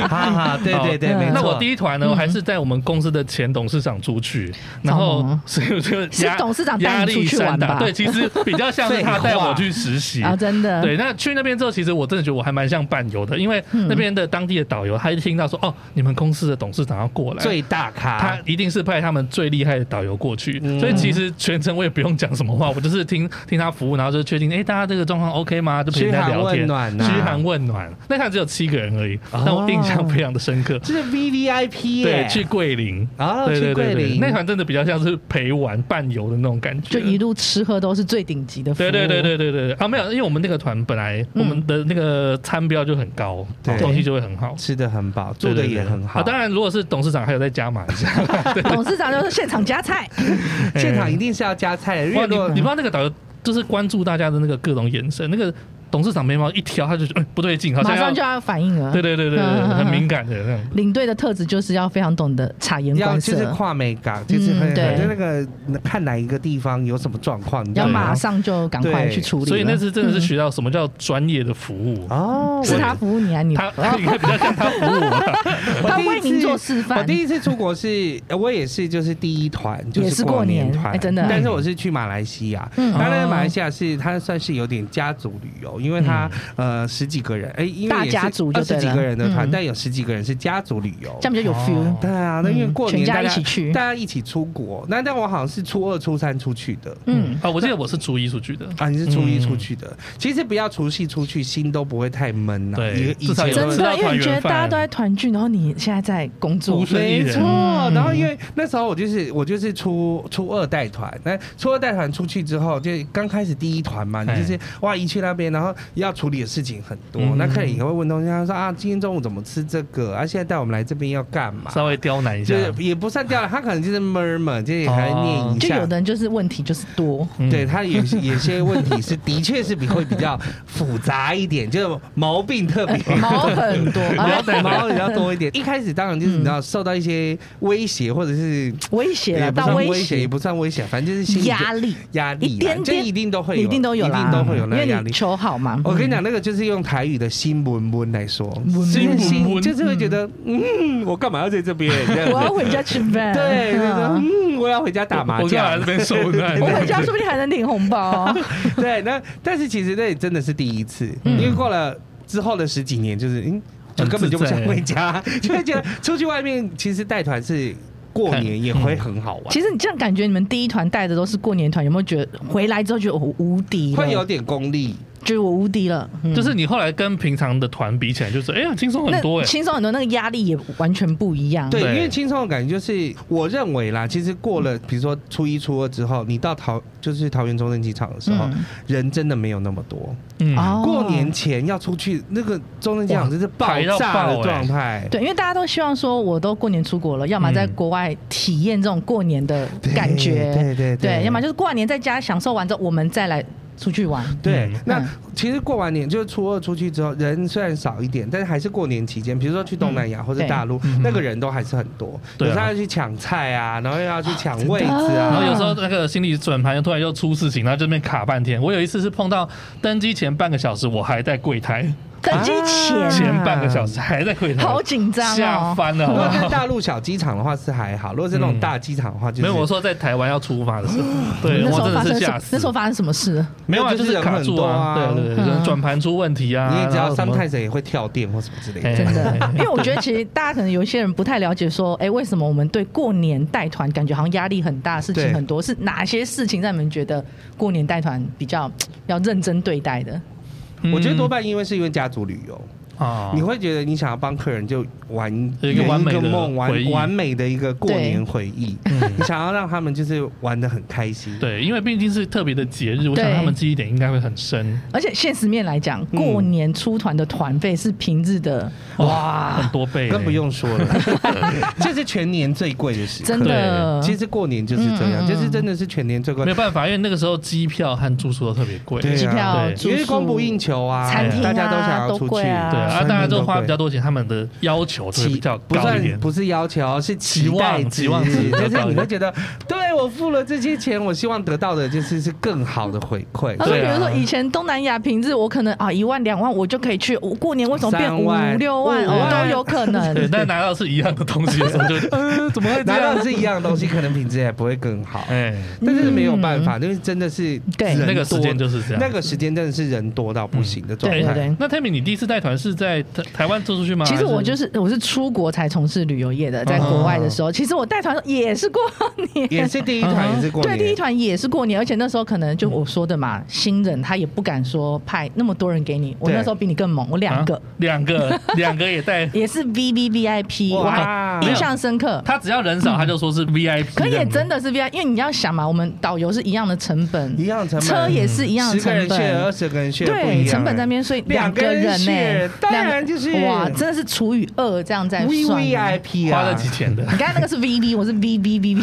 B: 哈，对对对，
C: 好
B: 没错。
A: 那我第一团呢，
C: 嗯
A: 我还是带我们公司的前董事长出去，然
C: 找
A: 后
C: 吗
A: 所以我就是压
C: 董事长带
A: 压
C: 你出
A: 力
C: 去
A: 山
C: 玩
A: 大。
C: 吧
A: 对，其实比较像是他带我去实习。
C: 啊，真的
A: 对，那去那边之后，其实我真的觉得我还蛮像伴游的，因为
C: 嗯
A: 那边的当地的导游，他一听到说哦，你们公司的董事长要过来，
B: 最大
A: 他
B: 咖，
A: 一定是派他们最厉害的导游过去，
B: 啊嗯
A: 所以其实全程我也不用讲什么话，我就是听听他服务，然后就确定，哎、大家这个状况 OK 吗？就陪
B: 嘘
A: 他
B: 寒
A: 聊天，
B: 问暖呐、
A: 嘘寒问暖。那场只有七个人而已，
B: 哦
A: 但我印象非常的深刻。
B: 这是 V V I P 耶、
A: 对，去桂林，
B: 啊，
A: 对
B: 去
A: 对
B: 桂
A: 对对，
B: 林
A: 那团真的比较像是陪玩伴游的那种感觉，
C: 就一路吃喝都是最顶级的服
A: 对
C: 务。
A: 对对对对对对啊，没有，因为我们那个团本来我
C: 嗯
A: 们的那个餐标就很高，
B: 对
A: 东西就会很好，
B: 吃的很饱，住的
A: 对对对
B: 也很好。
A: 啊当然，如果是董事长，还有再加码一下。
C: 董事长就是现场夹菜，
B: 现场一定是要加菜的，因
A: 哇，
B: 为
A: 你
B: 如果
A: 你不知道那个导游就是关注大家的那个各种眼神，那个董事长眉毛一挑，他就觉得、哎不对劲，好
C: 马
A: 像
C: 上
A: 要
C: 就要反应了。
A: 对对对对对，
C: 嗯嗯嗯
A: 很敏感的那种。
C: 领队的特质就是要非常懂得察言
B: 要
C: 观
B: 就
C: 色，
B: 是跨美港，就是很
C: 啊嗯对
B: 就那个看哪一个地方有什么状况，你就
C: 要马
B: 要
C: 上就赶快
B: 对
C: 去处理了。
A: 所以那次真的是
C: 嗯
A: 学到什么叫专业的服务，
B: 哦，
C: 是
B: 我
C: 他服务你啊，你
A: 他 他应该比较像他服务我啦。
B: 我
C: 他
B: 第一
C: 为您
B: 次
C: 做示
B: 我
C: 范。
B: 第一次出国是，呃我也是就是第一团，就
C: 也是过年
B: 年团、
C: 哎真的
B: 但是我是去马来西亚，
C: 嗯
B: 当然
A: 哦
B: 马来西亚是它算是有点家族旅游，因为它、呃十几个人，哎、因为
C: 嗯大
B: 也是
C: 家族就
B: 二
C: 对
B: 十
C: 了
B: 几个人的团、
C: 嗯
B: 但有十几个人是家族旅游
C: 这。样比较有 feel
A: 哦。
B: 对啊，那因为
C: 嗯
B: 过
C: 全
B: 年
C: 家
B: 大
C: 一
B: 家
C: 起去
B: 大家一起出国，那但我好像是初二、初三出去的。
C: 嗯，
A: 啊，我记得我是初一出去的，
B: 啊，你是初一
A: 嗯
B: 出去的，其实不要除夕出去，心都不会太闷呐、
A: 对
B: 以
A: 至少
B: 以前
A: 有嗯
C: 真
A: 吃到
C: 的，因为你觉
A: 团圆
C: 得
A: 饭
C: 大家都在团聚，然后你现在在工作
A: 无，声一
B: 没
A: 人
B: 错，
C: 嗯
B: 然后因为那时候我就是我就是初初二带团，那初二带团出去之后，就刚开始第一团嘛，你
A: 哎
B: 就是哇一去那边，然后要处理的事情很多，
A: 嗯
B: 那客人也会问东西，他说啊今天中午怎么吃这个，啊现在带我们来这边要干嘛？
A: 稍微刁难一下
B: 就。是也不算掉了，他可能就是 murmur，就是也还会
A: 哦
B: 念一
C: 就
B: 下。
C: 有的人就是问题就是多，
A: 嗯
B: 对他有些有些问题是的确是比会比较复杂一点，就是毛病特 别
A: 哎
C: 毛很多，
B: 毛
C: 啊
B: 毛比较多一点。一开始当然就是你知
A: 嗯
B: 道受到一些威胁或者是
C: 威胁
B: 也
C: 了，
B: 不
C: 到
B: 算
C: 威
B: 胁，也不算威胁，反正就是心理
C: 压力，
B: 压力啦，
C: 一点
B: 这
C: 点
B: 一定都会有，
C: 一定都有
B: 一
C: 啦，
B: 定都会有那个
C: 因
B: 压
C: 为
B: 力
C: 你。求好嘛。
B: 我跟你讲，那个就是用台语的心文文来说，
C: 文
A: 文
B: 心就是会觉得，嗯，我干嘛要在这 边？这样
C: 我要
B: 子
C: 回家吃 饭，
B: 对，就是说
C: 嗯
B: 嗯，我要回家打麻
A: 我刚来
B: 将
A: 这。边受 难
C: 我，回家说不定还能领红包。
B: 对，那但是其实那也真的是第一次，
C: 嗯
B: 因为过了之后的十几年，就是嗯，就根本就不想回 家，就会觉得出去外面，其实带团是过年也会很好玩。
C: 嗯其实你这样感觉，你们第一团带的都是过年团，有没有觉得回来之后觉得我无敌了？
B: 会有点功利，
C: 觉得我无敌了，嗯
A: 就是你后来跟平常的团比起来，就是哎呀轻松很多
C: 那
A: 哎。
C: 轻松很多，那个压力也完全不一样。
B: 对，
A: 对
B: 因为轻松的感觉就是，我认为啦，其实过
C: 嗯
B: 了比如说初一、初二之后，你到桃就是桃园中正机场的时候，
C: 嗯
B: 人真的没有那么多。
A: 嗯
C: 哦
B: 过年前要出去，那个中正机场
A: 哇
B: 真是爆
A: 排到
B: 炸
A: 爆
B: 的
A: 欸
B: 状态。
C: 对，因为大家都希望说，我都过年出国了，要么在国外体验这种过年的
B: 嗯对
C: 感觉，
B: 对对
C: 要么就是过完年在家享受完之后，我们再来出去玩。
B: 对
A: 嗯，
B: 那
C: 嗯
B: 其实过完年就是初二出去之后，人虽然少一点，但是还是过年期间，比如说去东南亚或者大陆
A: 嗯，
B: 那个人都还是很多。有
A: 对啊
B: 时候要去抢菜啊，然后又要去抢位置
A: 然后
B: 啊。
A: 有时候那个行李转盘又突然又出事情，然后这边卡半天。我有一次是碰到登机前半个小时，我还在柜 台，
C: 登机前、
B: 啊
A: 前半个小时还在柜台，
C: 好紧张
A: 吓
C: 哦，
A: 翻了
B: 如
A: 好不
B: 果在
A: 好。
B: 大陆小机场的话是还好，如果是那种
A: 嗯
B: 大机场的话，就是
A: 没有，我说在台湾要出发的嗯时候，对
C: 那时
A: 我
C: 候
A: 真
C: 发
A: 的
C: 生
A: 是
C: 什
A: 吓
C: 么？那时候
A: 死。
C: 发生什么事？
A: 没有啊，就是
B: 人
A: 卡
B: 很
A: 住
B: 多啊。
A: 对对对，就是
C: 嗯
A: 转盘出问题啊。
B: 你也知
A: 然
B: 道
A: 后什么
B: sometimes 也会跳电或什么之类
A: 哎
B: 的。
C: 真的，因为我觉得其实大家可能有一些人不太了解，说，哎、为什么我们对过年带团感觉好像压力很大，事
B: 对
C: 情很多，是哪些事情让你们觉得过年带团比较要认真对待的？
A: 嗯
B: 我觉得多半因为是因为家族旅游，
A: 啊，
B: 你会觉得你想要帮客人就玩
A: 有一个
B: 圆
A: 完美的
B: 梦，
A: 回忆
B: 完完美的一个过
C: 对
B: 年回忆，
A: 嗯
B: 你想要让他们就是玩的很开心。
A: 啊对，因为毕竟是特别的节日，我想
C: 对
A: 他们记忆点应该会很深，
C: 而且现实面来讲，过年出团的团费是平日的，
A: 很
C: 哇，
A: 多倍，
B: 啊更不。用说 了，这是全年最贵的时刻。
C: 真的，
B: 其实过年就是这样，
C: 嗯嗯嗯
B: 就是真的是全年最贵
A: 没有。办法，因为那个时候机票和住宿都特别贵，
B: 对
A: 对啊
C: 机票
A: 对、
C: 住
B: 因为
C: 宿
B: 供不应求啊，
C: 餐厅啊
B: 大家都想要出
C: 都
B: 去，
C: 贵啊
A: 啊，
B: 所以
A: 大家都花
B: 贵
A: 比较多钱，他们的要求就会
B: 期
A: 比较
B: 不
A: 高一点
B: 算。不是要求，是期待值
A: 期望期望值
B: 就是 你会觉得，对我付了这些钱，我希望得到的就是是更好的回馈。
C: 他说，
A: 对
C: 比
A: 啊
C: 如说以前东南亚平日我可能啊一万两万我就可以去，我过年为什么变
B: 三
C: 五
B: 万
C: 六万
B: 五
C: 哦
B: 万
C: 都有可能？
A: 对，但拿到是一样的东西的时候，就 呃怎么 会这
B: 拿
A: 样
B: 到？是一样的东西，可能品质也不会更好，
A: 哎，
B: 但是没有办法，因为真的是
C: 嗯对
B: 人
A: 那个时
B: 多
A: 间就是这样。嗯
B: 那个时间真的是人多到不行的状
C: 对对
B: 态。
C: 对。
A: 哎那 Tammy，你第一次带团是在台台湾做出去吗？
C: 其实我就是是我是出国才从事旅游业的，在国外的时候，其实我带团也是过年，
B: 也是第一团，
A: 嗯
B: 也是过
C: 对
B: 年，嗯
C: 第一团也是过年，而且那时候可能就我说的嘛，新人他也不敢说派那么多人给你，我
B: 对
C: 那时候比你更猛，我两个
A: 啊。两个，两个也 带。
C: 也是 V V V I P，我
B: 哇
C: 还印象深刻。
A: 他只要人少，他就说是 VIP。
C: 可也真
A: 的，
C: 的是 V I，因为你要想嘛，我们导游是一样的成本，
B: 一样成本，
C: 车也是一样的
B: 十个
C: 成
B: 人去，二
C: 本，
B: 十个人去，不一
C: 对，
B: 样
C: 成本在那边，所以
B: 两
C: 个人呢、
B: 人去当
C: 两个
B: 然就是
C: 哇，真的是除以二这样在
B: V
C: 算。
B: V I P
A: 花
B: 啊
A: 了，几钱的。
C: 你刚才那个是 V V，我是 V V V V。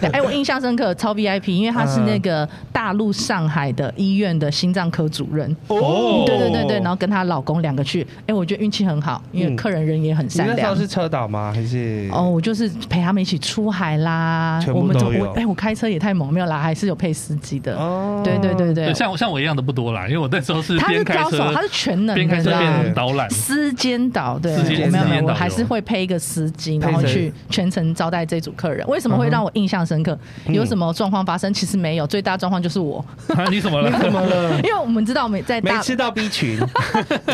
C: 对哎，我印象深刻，超 V I P，因为他是那个大陆上海的医院的心脏科主任。
A: 哦
C: 对对对对，然后跟她老公两个去，哎，我觉得运气很好，因为
B: 嗯
C: 客人人也很
B: 你
C: 善
B: 那时
C: 良
B: 候。是车导吗？还是
C: 哦，我就是陪他们一起出海啦。
B: 全部
C: 我们
B: 都
C: 怎么
B: 有
C: 我哎、我开车也太猛，没有啦，还是有配司机的。
B: 哦
C: 对对 对
A: 对，
C: 对，
A: 像我像我一样的不多啦，因为我那时候是
C: 他
A: 边
C: 是
A: 开
C: 高
A: 车
C: 手，他是全能
A: 边开车
C: 的
A: 边
C: 啦。
A: 导 览。
C: 司监导对，
A: 司
B: 监
C: 我没有
B: 司
C: 没
A: 监
C: 有，
A: 导
C: 我
A: 游
C: 还是会配一个司机，
B: 配
C: 然后
B: 谁
C: 去全程招待这组客人。为什么会让我印象深刻？有什么状况发生？其实没有，最大状况就是我，
A: 啊，你怎么了？怎么了？
C: 因为我们知道我们在
B: 嗯没
C: 大
B: 吃到 B 群，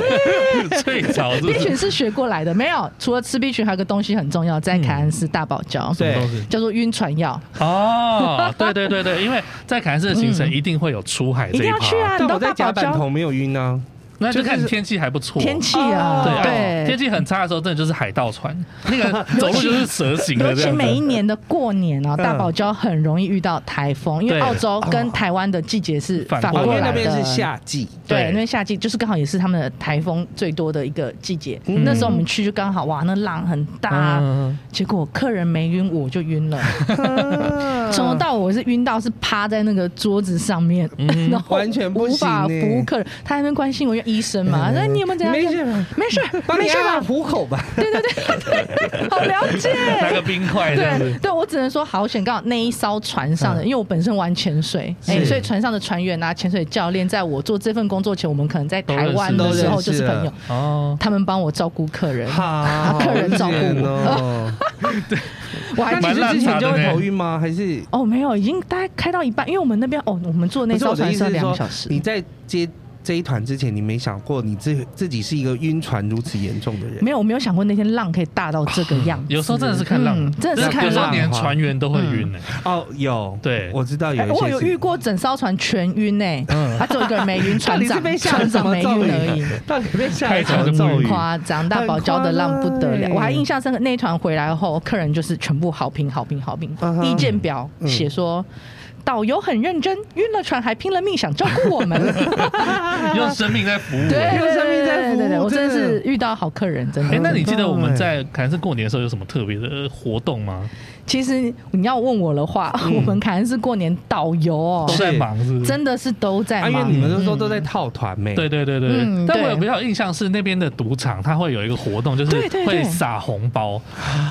A: 最早是不
C: B
A: 是
C: 群是学过来的，没有。除了吃 B 群，还有个东西很重要，在凯恩斯大堡礁，
A: 什么
B: 对
A: 东西？
C: 叫做晕船药，
A: 哦，对对对对，因为在凯恩斯的行程一定会有出海
C: 嗯一
A: 这
C: 定要
A: 趴
C: 去啊！
B: 但
C: 你
B: 我
C: 到
B: 在甲
C: 大堡
B: 板
C: 礁，
B: 头没有晕呢。
A: 那就看
B: 就是
A: 天气还不错。
C: 天气啊，
A: 对啊
C: 对，
A: 天气很差的时候，真的就是海盗 船，那个走路就是蛇形
C: 尤
A: 啊的这
C: 其
A: 样
C: 每一
A: 子。
C: 年的过年啊，
B: 嗯
C: 大堡礁很容易遇到台风，因为
A: 对
C: 澳洲跟台湾的季节是
A: 反
C: 反
A: 过
C: 过
B: 哦，因为
C: 来
B: 那
C: 的。
B: 边是夏季，
A: 对
C: 对，因为夏季就是刚好也是他们的台风最多的一个季节。
B: 嗯
C: 那时候我们去就刚好哇，那浪很大，
A: 嗯
C: 结果客人没晕，我就晕了。
B: 嗯
C: 从头到尾我是晕到是趴在那个桌子上面， 然后
B: 嗯完全不
C: 无
B: 行
C: 法
B: 欸嗯
C: 服务客人。他还没关心我，因为医生嘛，那、你有没有怎样？
B: 没事吧
C: 没事，
B: 帮
C: 没
B: 你
C: 事
B: 按按
C: 吧？
B: 虎口吧。
C: 好了解。
A: 拿个冰块这样
C: 对
A: 子。
C: 对，我只能说好险，刚好那一艘船上
B: 嗯
C: 的，因为我本身玩潜水，哎，
A: 是
C: 所以船上的船员啊、潜水教练，在我做这份工作前，我们可能在
A: 都认
C: 台
A: 识
C: 湾
A: 都
C: 的
A: 认
C: 时候
B: 识
C: 就是朋
B: 了
C: 友，
A: 哦，
C: 他们帮我照顾客人，
B: 好
C: 客人照顾
B: 好远哦。
C: 我还
B: 那
A: 蛮
B: 你
A: 烂
B: 是之前
A: 茶的
B: 就会
A: 呢
B: 头晕吗？还是
C: 哦没有，已经大概开到一半，因为我们那边哦，我们坐那
B: 不是
C: 艘
B: 我的
C: 船
B: 意思
C: 要
B: 是
C: 两
B: 说嗯
C: 个小，时。
B: 你在接这一团之前，你没想过你自自己是一个晕船如此严重的人？
C: 没有，我没有想过那天浪可以大到这个样子。
A: 有时候真的是看浪
C: 嗯，真的是看
A: 有时候
C: 浪
A: 连船员都会晕欸呢。
B: 哦，有，
A: 对
B: 我知道有
C: 哎
B: 一些
C: 我
B: 是。
C: 有遇过整艘船全晕呢，他只有一个人没晕，
B: 到
C: 船
B: 底是
C: 长
B: 被下了
C: 船
B: 什
C: 长
B: 么
C: 没
B: 咒
C: 晕而
B: 语
C: 已。？
B: 到底被下
A: 开
B: 了什么
A: 场就
B: 咒
A: 不
B: 语
A: 晕？
C: 夸张，大堡礁的浪不得
B: 很夸
C: 了。
B: 张
C: 我还印象深刻，那一团回来后，客人就是全部好评、好评、好评
B: 嗯。哼
C: 意见表写说，导游很认真，晕了船还拼了命想照顾我 们。
A: 用生命在服务。
C: 嗯对
A: 哎，
B: 用生命在服务
C: 对对对我真的
B: 真的哎
C: 是遇到好客人，真
A: 那
C: 的。
A: 你记得我们在凯恩斯过年的时候有什么特别的活动吗？
C: 其实你要问我的话，
B: 嗯
C: 我们凯恩斯过年导游哦
A: 都，在忙是不是？
C: 真的是都在
B: 啊，因为
C: 忙
B: 你。们都说都在套团妹，
A: 对对对对，对
C: 嗯
A: 但我有
C: 对
A: 比较印象是那边的赌场，它会有一个活动，就是
C: 对对对哦
A: 会撒红包，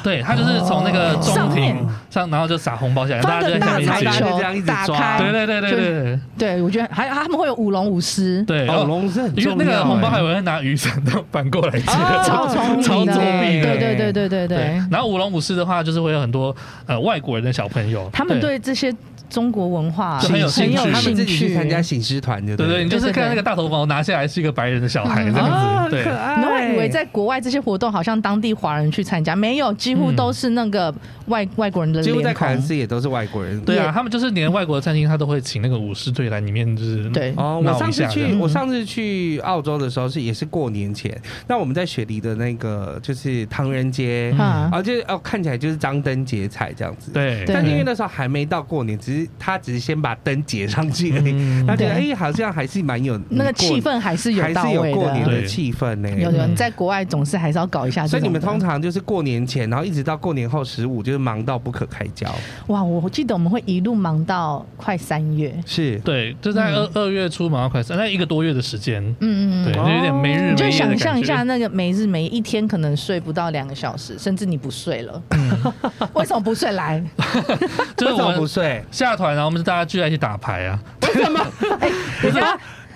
A: 对，它就是从那个中
C: 上
A: 庭
C: 面
A: 上，然后就撒红包下来，大
C: 放
A: 家就
C: 个
A: 在下
C: 大
A: 面
B: 大
C: 彩
A: 一起
B: 家就这
C: 球
B: 样一直
C: 打
B: 抓
C: 开，
A: 对对对对
C: 就
A: 对对
C: 对，我觉得还他们会有舞龙舞狮，
A: 对，然
B: 哦，
A: 后
B: 龙是很
A: 因
B: 重
A: 为
B: 要。
A: 那个红包还
B: 哎
A: 有人拿雨伞都反过来接，
B: 啊
C: 超聪
A: 超
C: 明的，
A: 聪明的
C: 对对对对哦对对。
A: 然后舞龙舞狮的话，就是会有很多呃外国人的小朋友，
C: 他们对这些中国文化
A: 就很有兴趣
C: 很
B: 他
C: 有
B: 们
C: 兴
B: 自己去
C: 趣
B: 参加醒狮团，就
A: 对对，
B: 对
A: 你
B: 了。
A: 就是
C: 对对对嗯哦
A: 看那个大头毛拿下来是一个白人的小孩这样
B: 啊
A: 子，对
B: 可爱
C: 然后以为在国外这些活动好像当地华人去参加，没有，几乎都是那个外、外国人的
B: 嗯几乎在
C: 脸
B: 凯恩
C: 孔。
B: 斯也都是外国人。
A: 对啊，
C: 也
A: 他们就是连外国的餐厅，他都会请那个舞狮队来里面，就是
C: 对
B: 哦，
A: 闹
B: 我
A: 一
B: 上次
A: 下这
B: 去，
A: 样
B: 我上次去澳洲的时候是也是过年前，那我们在雪梨的那个就是唐人街，
A: 嗯
C: 啊
B: 啊，就是哦看起来就是张灯结彩这样子。，
A: 对，
C: 对
B: 但是因为那时候还没到过年，只是他只是先把灯结上去而已，
A: 嗯
B: 他觉得
C: 对
B: 哎好像还是蛮有嗯
C: 那个
B: 过
C: 气氛还是
B: 还
C: 有到
B: 是有
C: 位
B: 过年
C: 的。
B: 的
A: 对
B: 气氛呢。
C: 有有，
A: 嗯
C: 你在国外总是还是要搞一下这
B: 所
C: 种的。
B: 以你们通常就是过年前，然后一直到过年后十五，就是忙到不可开交。
C: 哇，我记得我们会一路忙到快三月。
B: 是，
A: 对，就在二
C: 嗯
A: 二月初马上快三，那一个多月的时间，
C: 嗯嗯
A: 对，
C: 嗯。
A: 就有点没日没夜的
C: 你就
A: 感觉
C: 想象一下，，那个每日每一天可能睡不到两个小时，甚至你不睡了。
A: 嗯
C: 为什么不睡来？
A: 就是
B: 为什
A: 我
B: 么不
A: 们
B: 睡？
A: 下团，然啊后我们就大家聚在一起打牌啊，
B: 你说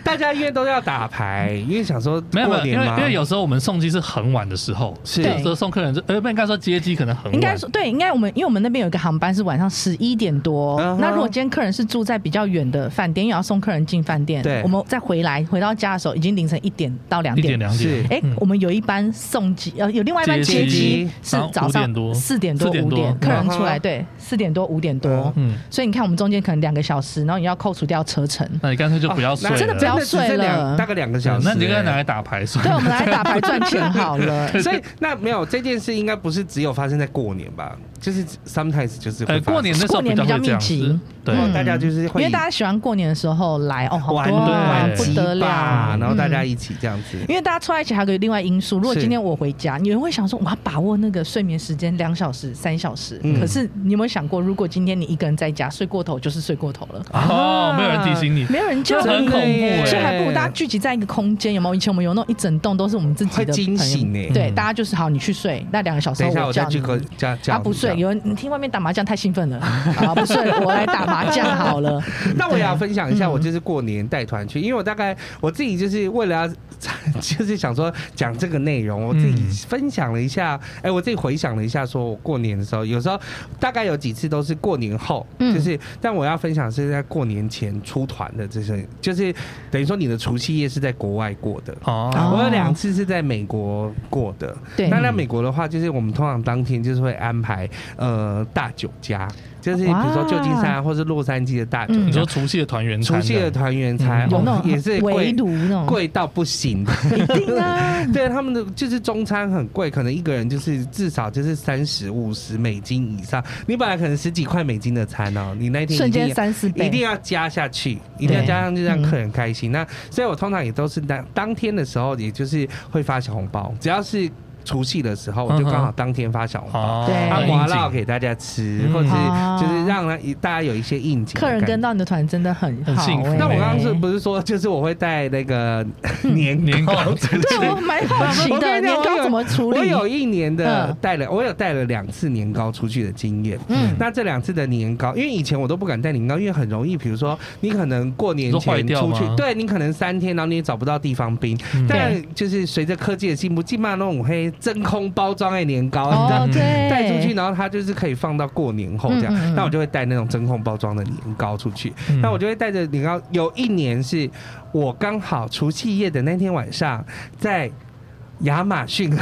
B: 大家因为都要打牌，因为想说
A: 没有没
B: 过
A: 有，
B: 年
A: 因为
B: 嘛
A: 因为有时候我们送机是很晚的时候，
B: 是
A: 有时候送客人就呃，不应该说接机可能很晚，
C: 应该说对，应该我们因为我们那边有一个航班是晚上十一点多。
A: 啊
B: 嗯哼
C: 那如果今天客人是住在比较远的饭店，因为要送客人进饭店，
B: 对
C: 我们再回来回到家的时候已经凌晨一点到两
A: 一点
C: 点。
A: 两点
B: 是，
C: 哎、
A: 嗯
C: 我们有一班送机，呃，有另外一班
A: 接
C: 接
B: 机
C: 机是
A: 然后
C: 早
A: 5点多
C: 上四点多
A: 4点
C: 五
A: 多啊
C: 点，客人出
B: 嗯
C: 来
B: 哼
C: 对，四点多五点多
B: 嗯，
A: 嗯，
C: 所以你看我们中间可能两个小时，然后你要扣除掉车程，
A: 那你干脆就不要睡了，啊
B: 哦
C: 真的不要
B: 只剩
C: 睡了
B: 两大概两个小时。
A: 那你就跟他拿
B: 哎
A: 来打牌算
C: 对，我
A: 了。
C: 们来打牌赚钱 好了。
B: 所以那没有这件事，应该不是只有发生在过年吧？就是 sometimes 就是会
A: 呃，
B: 发生
A: 过年那时候
C: 过年
A: 较会
C: 比
A: 这
C: 较
A: 样
C: 密
A: 子
C: 集，
A: 对，
B: 哦
C: 嗯
B: 大家就是
C: 因
B: 会
C: 为大家喜欢过年的时候来哦，好
B: 玩
C: 多啊
B: 对
C: 不得
B: 鸡吧
C: 了。嗯
B: 然后大家一起这样子。
C: 因为大家凑在一起还有一个另外因素，如果
B: 是
C: 今天我回家，你们会想说我要把握那个睡眠时间两小时、三小时。
B: 嗯
C: 可是你有没有想过，如果今天你一个人在家睡过头，就是睡过头
B: 嗯
C: 了，
A: 哦，没有人提醒你，
C: 没有人叫
A: 这很
C: 你，
A: 恐怖欸
C: 所以还不如大家聚集在一个空间，有没有？以前我们有那种一整栋都是我们自己
B: 会
C: 的
B: 惊
C: 朋友
B: 醒欸
C: 对，
A: 嗯
C: 大家就是好，你去睡，那两个小时
B: 等一下
C: 后
B: 我再
C: 叫
B: 去
C: 你。
B: 跟家家
C: 啊，不睡，有人你听外面打麻将太兴奋了， 啊，不睡了，我来打麻将好 了。
B: 那我也要
C: 对
B: 分享一下，
C: 嗯
B: 我就是过年带团去，因为我大概我自己就是为了要， 就是想说讲这个内容，我自己
A: 嗯
B: 分享了一下，哎、我自己回想了一下，说我过年的时候，有时候大概有几次都是过年后，
C: 嗯
B: 就是但我要分享是在过年前出团的，这些就是等于说你的除夕夜是在国外过的。
A: 哦
C: 哦
B: 我有两次是在美国过的，
C: 对
B: 那在美国的话，就是我们通常当天就是会安排呃大酒家，就是比如说旧金山啊或是洛杉矶的大酒
A: 你
B: 家
A: 说，除夕的团圆餐
B: 除
A: 的，
B: 夕的团圆
A: 嗯
B: 餐，
C: 嗯有那
B: 哦
C: 种
B: 也是
C: 围
B: 贵
C: 炉那种，
B: 贵到不行的。
C: 一定啊，
B: 对他们的就是中餐很贵，可能一个人就是至少就是三十五十美金以上。你本来可能十几块美金的餐哦，你那天
C: 瞬
B: 一定
C: 间
B: 要
C: 三四倍，
B: 一定要加下去，一定要加上去让客人开
C: 嗯
B: 心。那所以我通常也都是当当天的时候，也就是会发小红包，只要是除夕的时候，
C: 嗯
B: 我就刚好当天发小红包。
A: 哦，
C: 对
B: 啊，
C: 很
B: 刮烙给大家吃，
A: 嗯
B: 或者
C: 哦
B: 是就是让人大家有一些应景的
C: 客
B: 感觉。
C: 人跟到你的团真的很
A: 很
C: 好、
A: 幸福
C: 欸
B: 那我刚刚是不是说，就是我会带那 个年
A: 年糕
B: 糕？
C: 对我蛮好奇
B: 我
C: 的，
B: 跟你讲
C: 年
B: 我有
C: 糕怎么处理？
B: 我有一年的
C: 嗯
B: 带了，我有带了两次年糕出去的经验。
C: 嗯
B: 那这两次的年糕，因为以前我都不敢带年糕，因为很容易，比如说你可能过年
A: 你说坏
B: 前
A: 掉
B: 出去
A: 吗，
B: 对你可能三天，然后你也找不到地方冰。
A: 嗯
B: 但就是随着科技的进步，基本上那种黑真空包装的年糕，你知道
C: 哦，对，
B: 带出去，然后它就是可以放到过年后这样。
C: 嗯嗯嗯
B: 那我就会带那种真空包装的年糕出去，
A: 嗯
B: 那我就会带着年糕。有一年是我刚好除夕夜的那天晚上，在亚马逊，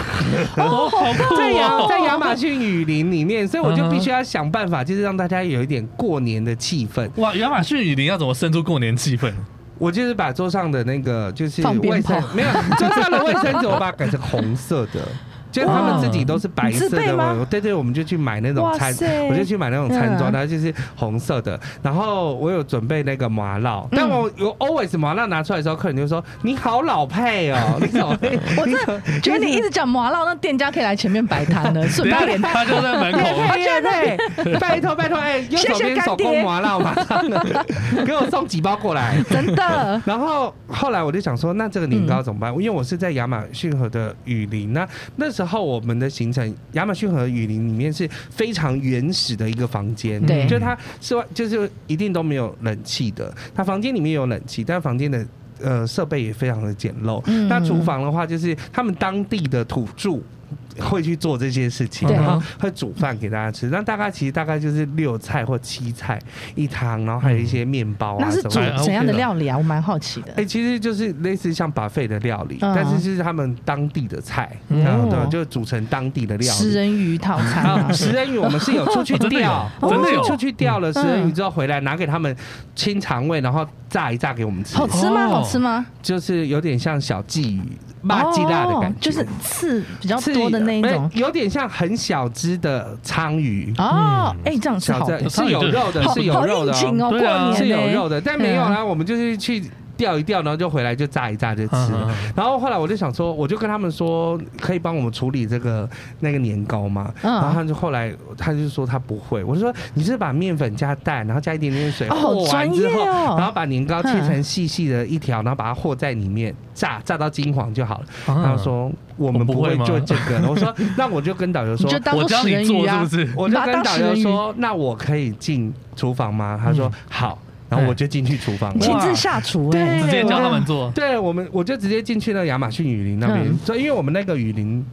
A: 哦，好 酷
B: 在亚
A: 哦，
B: 在亚马逊雨林里面，所以我就
A: 嗯哼
B: 必须要想办法，就是让大家有一点过年的气氛。
A: 哇，亚马逊雨林要怎么生出过年气氛？
B: 我就是把桌上的那个就是
C: 放鞭
B: 卫生
C: 炮
B: 没有桌上的卫生纸，我把它改成红色的。 就是他们自己都是白色
C: 哇你自备
B: 的
C: 吗
B: 嘛，对对，我们就去买那种餐
C: 哇，塞
B: 我就去买那种餐装，
C: 嗯
B: 然后就是红色的。然后我有准备那个麻辣，
C: 嗯
B: 但我有 always 麻辣拿出来的时候，客人就说：“你好老派哦，你怎么会？
C: 我真的觉得你一直讲麻辣，那店家可以来前面摆 摊了，顺
A: 等一
C: 便
A: 下
C: 连
A: 他就在门
B: 对啊
A: 口，
B: 对对对， 拜托拜托，哎，右手边手工麻辣马上了， 给我送几包过来。”
C: 真 的
B: 然后后来我就想说，那这个年
C: 嗯
B: 糕怎么办？因为我是在亚马逊河的雨林，那那时候我们的行程，亚马逊河雨林里面是非常原始的一个房间，
C: 对
B: 就是它是外就是一定都没有冷气的，它房间里面有冷气，但房间的。呃，设备也非常的简陋。
C: 嗯
B: 那厨房的话，就是他们当地的土著，会去做这些事情，
C: 对
B: 然后会煮饭给大家吃。那大概其实大概就是六菜或七菜一汤，然后还有一些面包啊
C: 嗯那是
B: 什
C: 煮
B: 么的。
A: 还
C: 怎样的
A: OK 了
C: 料理啊？我蛮好奇的
B: 哎、。其实就是类似像把费的料理，
C: 嗯
B: 但是就是他们当地的菜，
A: 嗯
B: 然后对，就煮成当地的料
C: 食
B: 理。
C: 人鱼套餐啊
B: 啊，，食人鱼我们是有出去
A: 哦真的有
B: 钓，我
A: 真
B: 们
A: 的有
B: 是出去钓了食人鱼
C: 嗯
B: 之后回来拿给他们清肠胃，然后炸一炸给我们吃，
C: 好吃吗？
A: 哦
C: 好吃吗？
B: 就是有点像小鲫鱼、麻鸡辣的感
C: 哦
B: 觉，
C: 就是刺比较
B: 刺
C: 多的那一种
B: 没。有点像很小只的鲳鱼，
C: 哦，哎，这样吃
B: 嗯小
C: 好的
B: 只是有肉的，
C: 好
B: 是有肉的
C: 好应景
B: 哦，
C: 哦，过
A: 对啊
C: 年
B: 是有
C: 呢
B: 肉的，但没有
C: 嗯
B: 啦，我们就是去钓一钓，然后就回来就炸一炸就吃
C: 啊
B: 了。然后后来我就想说，我就跟他们说，可以帮我们处理这个那个年糕吗？
C: 嗯
B: 然后他就后来他就说他不会，我就说你是把面粉加蛋，然后加一点点水
C: 哦好
B: 和完之后，
C: 专业哦
B: 然后把年糕切成细细的一条，然后把它和在里面炸，炸到金黄就好了。他就说我们不会做这个，我说那我就跟导游
C: 你
B: 说
C: 就，当
A: 我
C: 做
A: 教
C: 食
A: 你
C: 人鱼
A: 做是
C: 啊
A: 不，是？
B: 我就跟导游
C: 你把它
B: 说，那我可以进厨房吗？他
C: 嗯
B: 说好，然后我就进去厨房
C: 你
B: 了。
C: 亲
A: 哇
C: 自下厨
B: 对
C: 哎，
A: 直接教他
B: 我
A: 们做，
B: 对我们，我就直接进去那个亚马逊雨林那边
C: 嗯，
B: 所以因为我们那个雨林。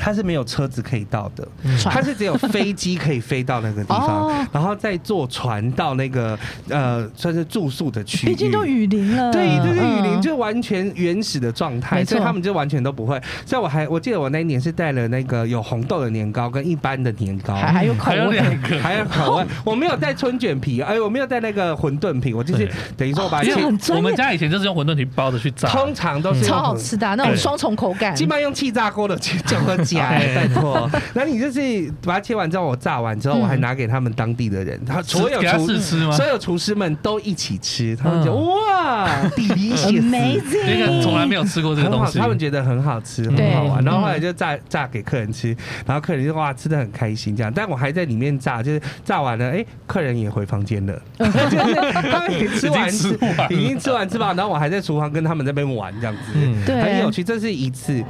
B: 它是没有车子可以到的，
C: 船
B: 它是只有飞机可以飞到那个地方，
C: 哦
B: 然后再坐船到那个呃算是住宿的区域。
C: 毕竟都雨林了，
B: 对，就是雨林，
C: 嗯
B: 就完全原始的状态，
C: 没
B: 所以
C: 错
B: 他们就完全都不会。所以我还我记得我那一年是带了那个有红豆的年糕跟一般的年糕，
C: 还还有口
A: 还有
C: 味，
A: 两个，
B: 还有口味，我没有带春卷皮，哎，我没有带那个馄饨皮，我就是
A: 对哦
B: 等于说我把
C: 这
B: 切
C: 样，很专业
A: 我们家以前就是用馄饨皮包着去炸，
B: 通常都是用
C: 超好吃的啊那种
A: 对
C: 双重口感
B: 基。本上用气炸锅的去叫个夹，
A: 哎
B: 拜托。那你就是把它切完之后，我炸完之后，
C: 嗯
B: 我还拿给他们当地的人，他
A: 吃
B: 所有
A: 嗯给他
B: 厨
A: 试吃吗
B: 所有厨师们都一起吃，他们
A: 嗯
B: 就哇，delicious。
A: 那个从来没
C: 有，
A: 有吃过这个
B: 很
A: 东
B: 好，
A: 西，
B: 他们觉得很好吃，
C: 对
B: 很好玩。
A: 嗯
B: 然后后来就炸炸给客人吃，然后客人就哇吃的很开心这样。但我还在里面炸，就是炸完了，哎、客人也回房间了， 就是他们也吃
A: 嗯
B: 完
A: 已经吃完了
B: 已经吃完吃饱，然后我还在厨房跟他们在那边玩这样子。
A: 嗯
C: 对，
B: 很有趣，这是一次。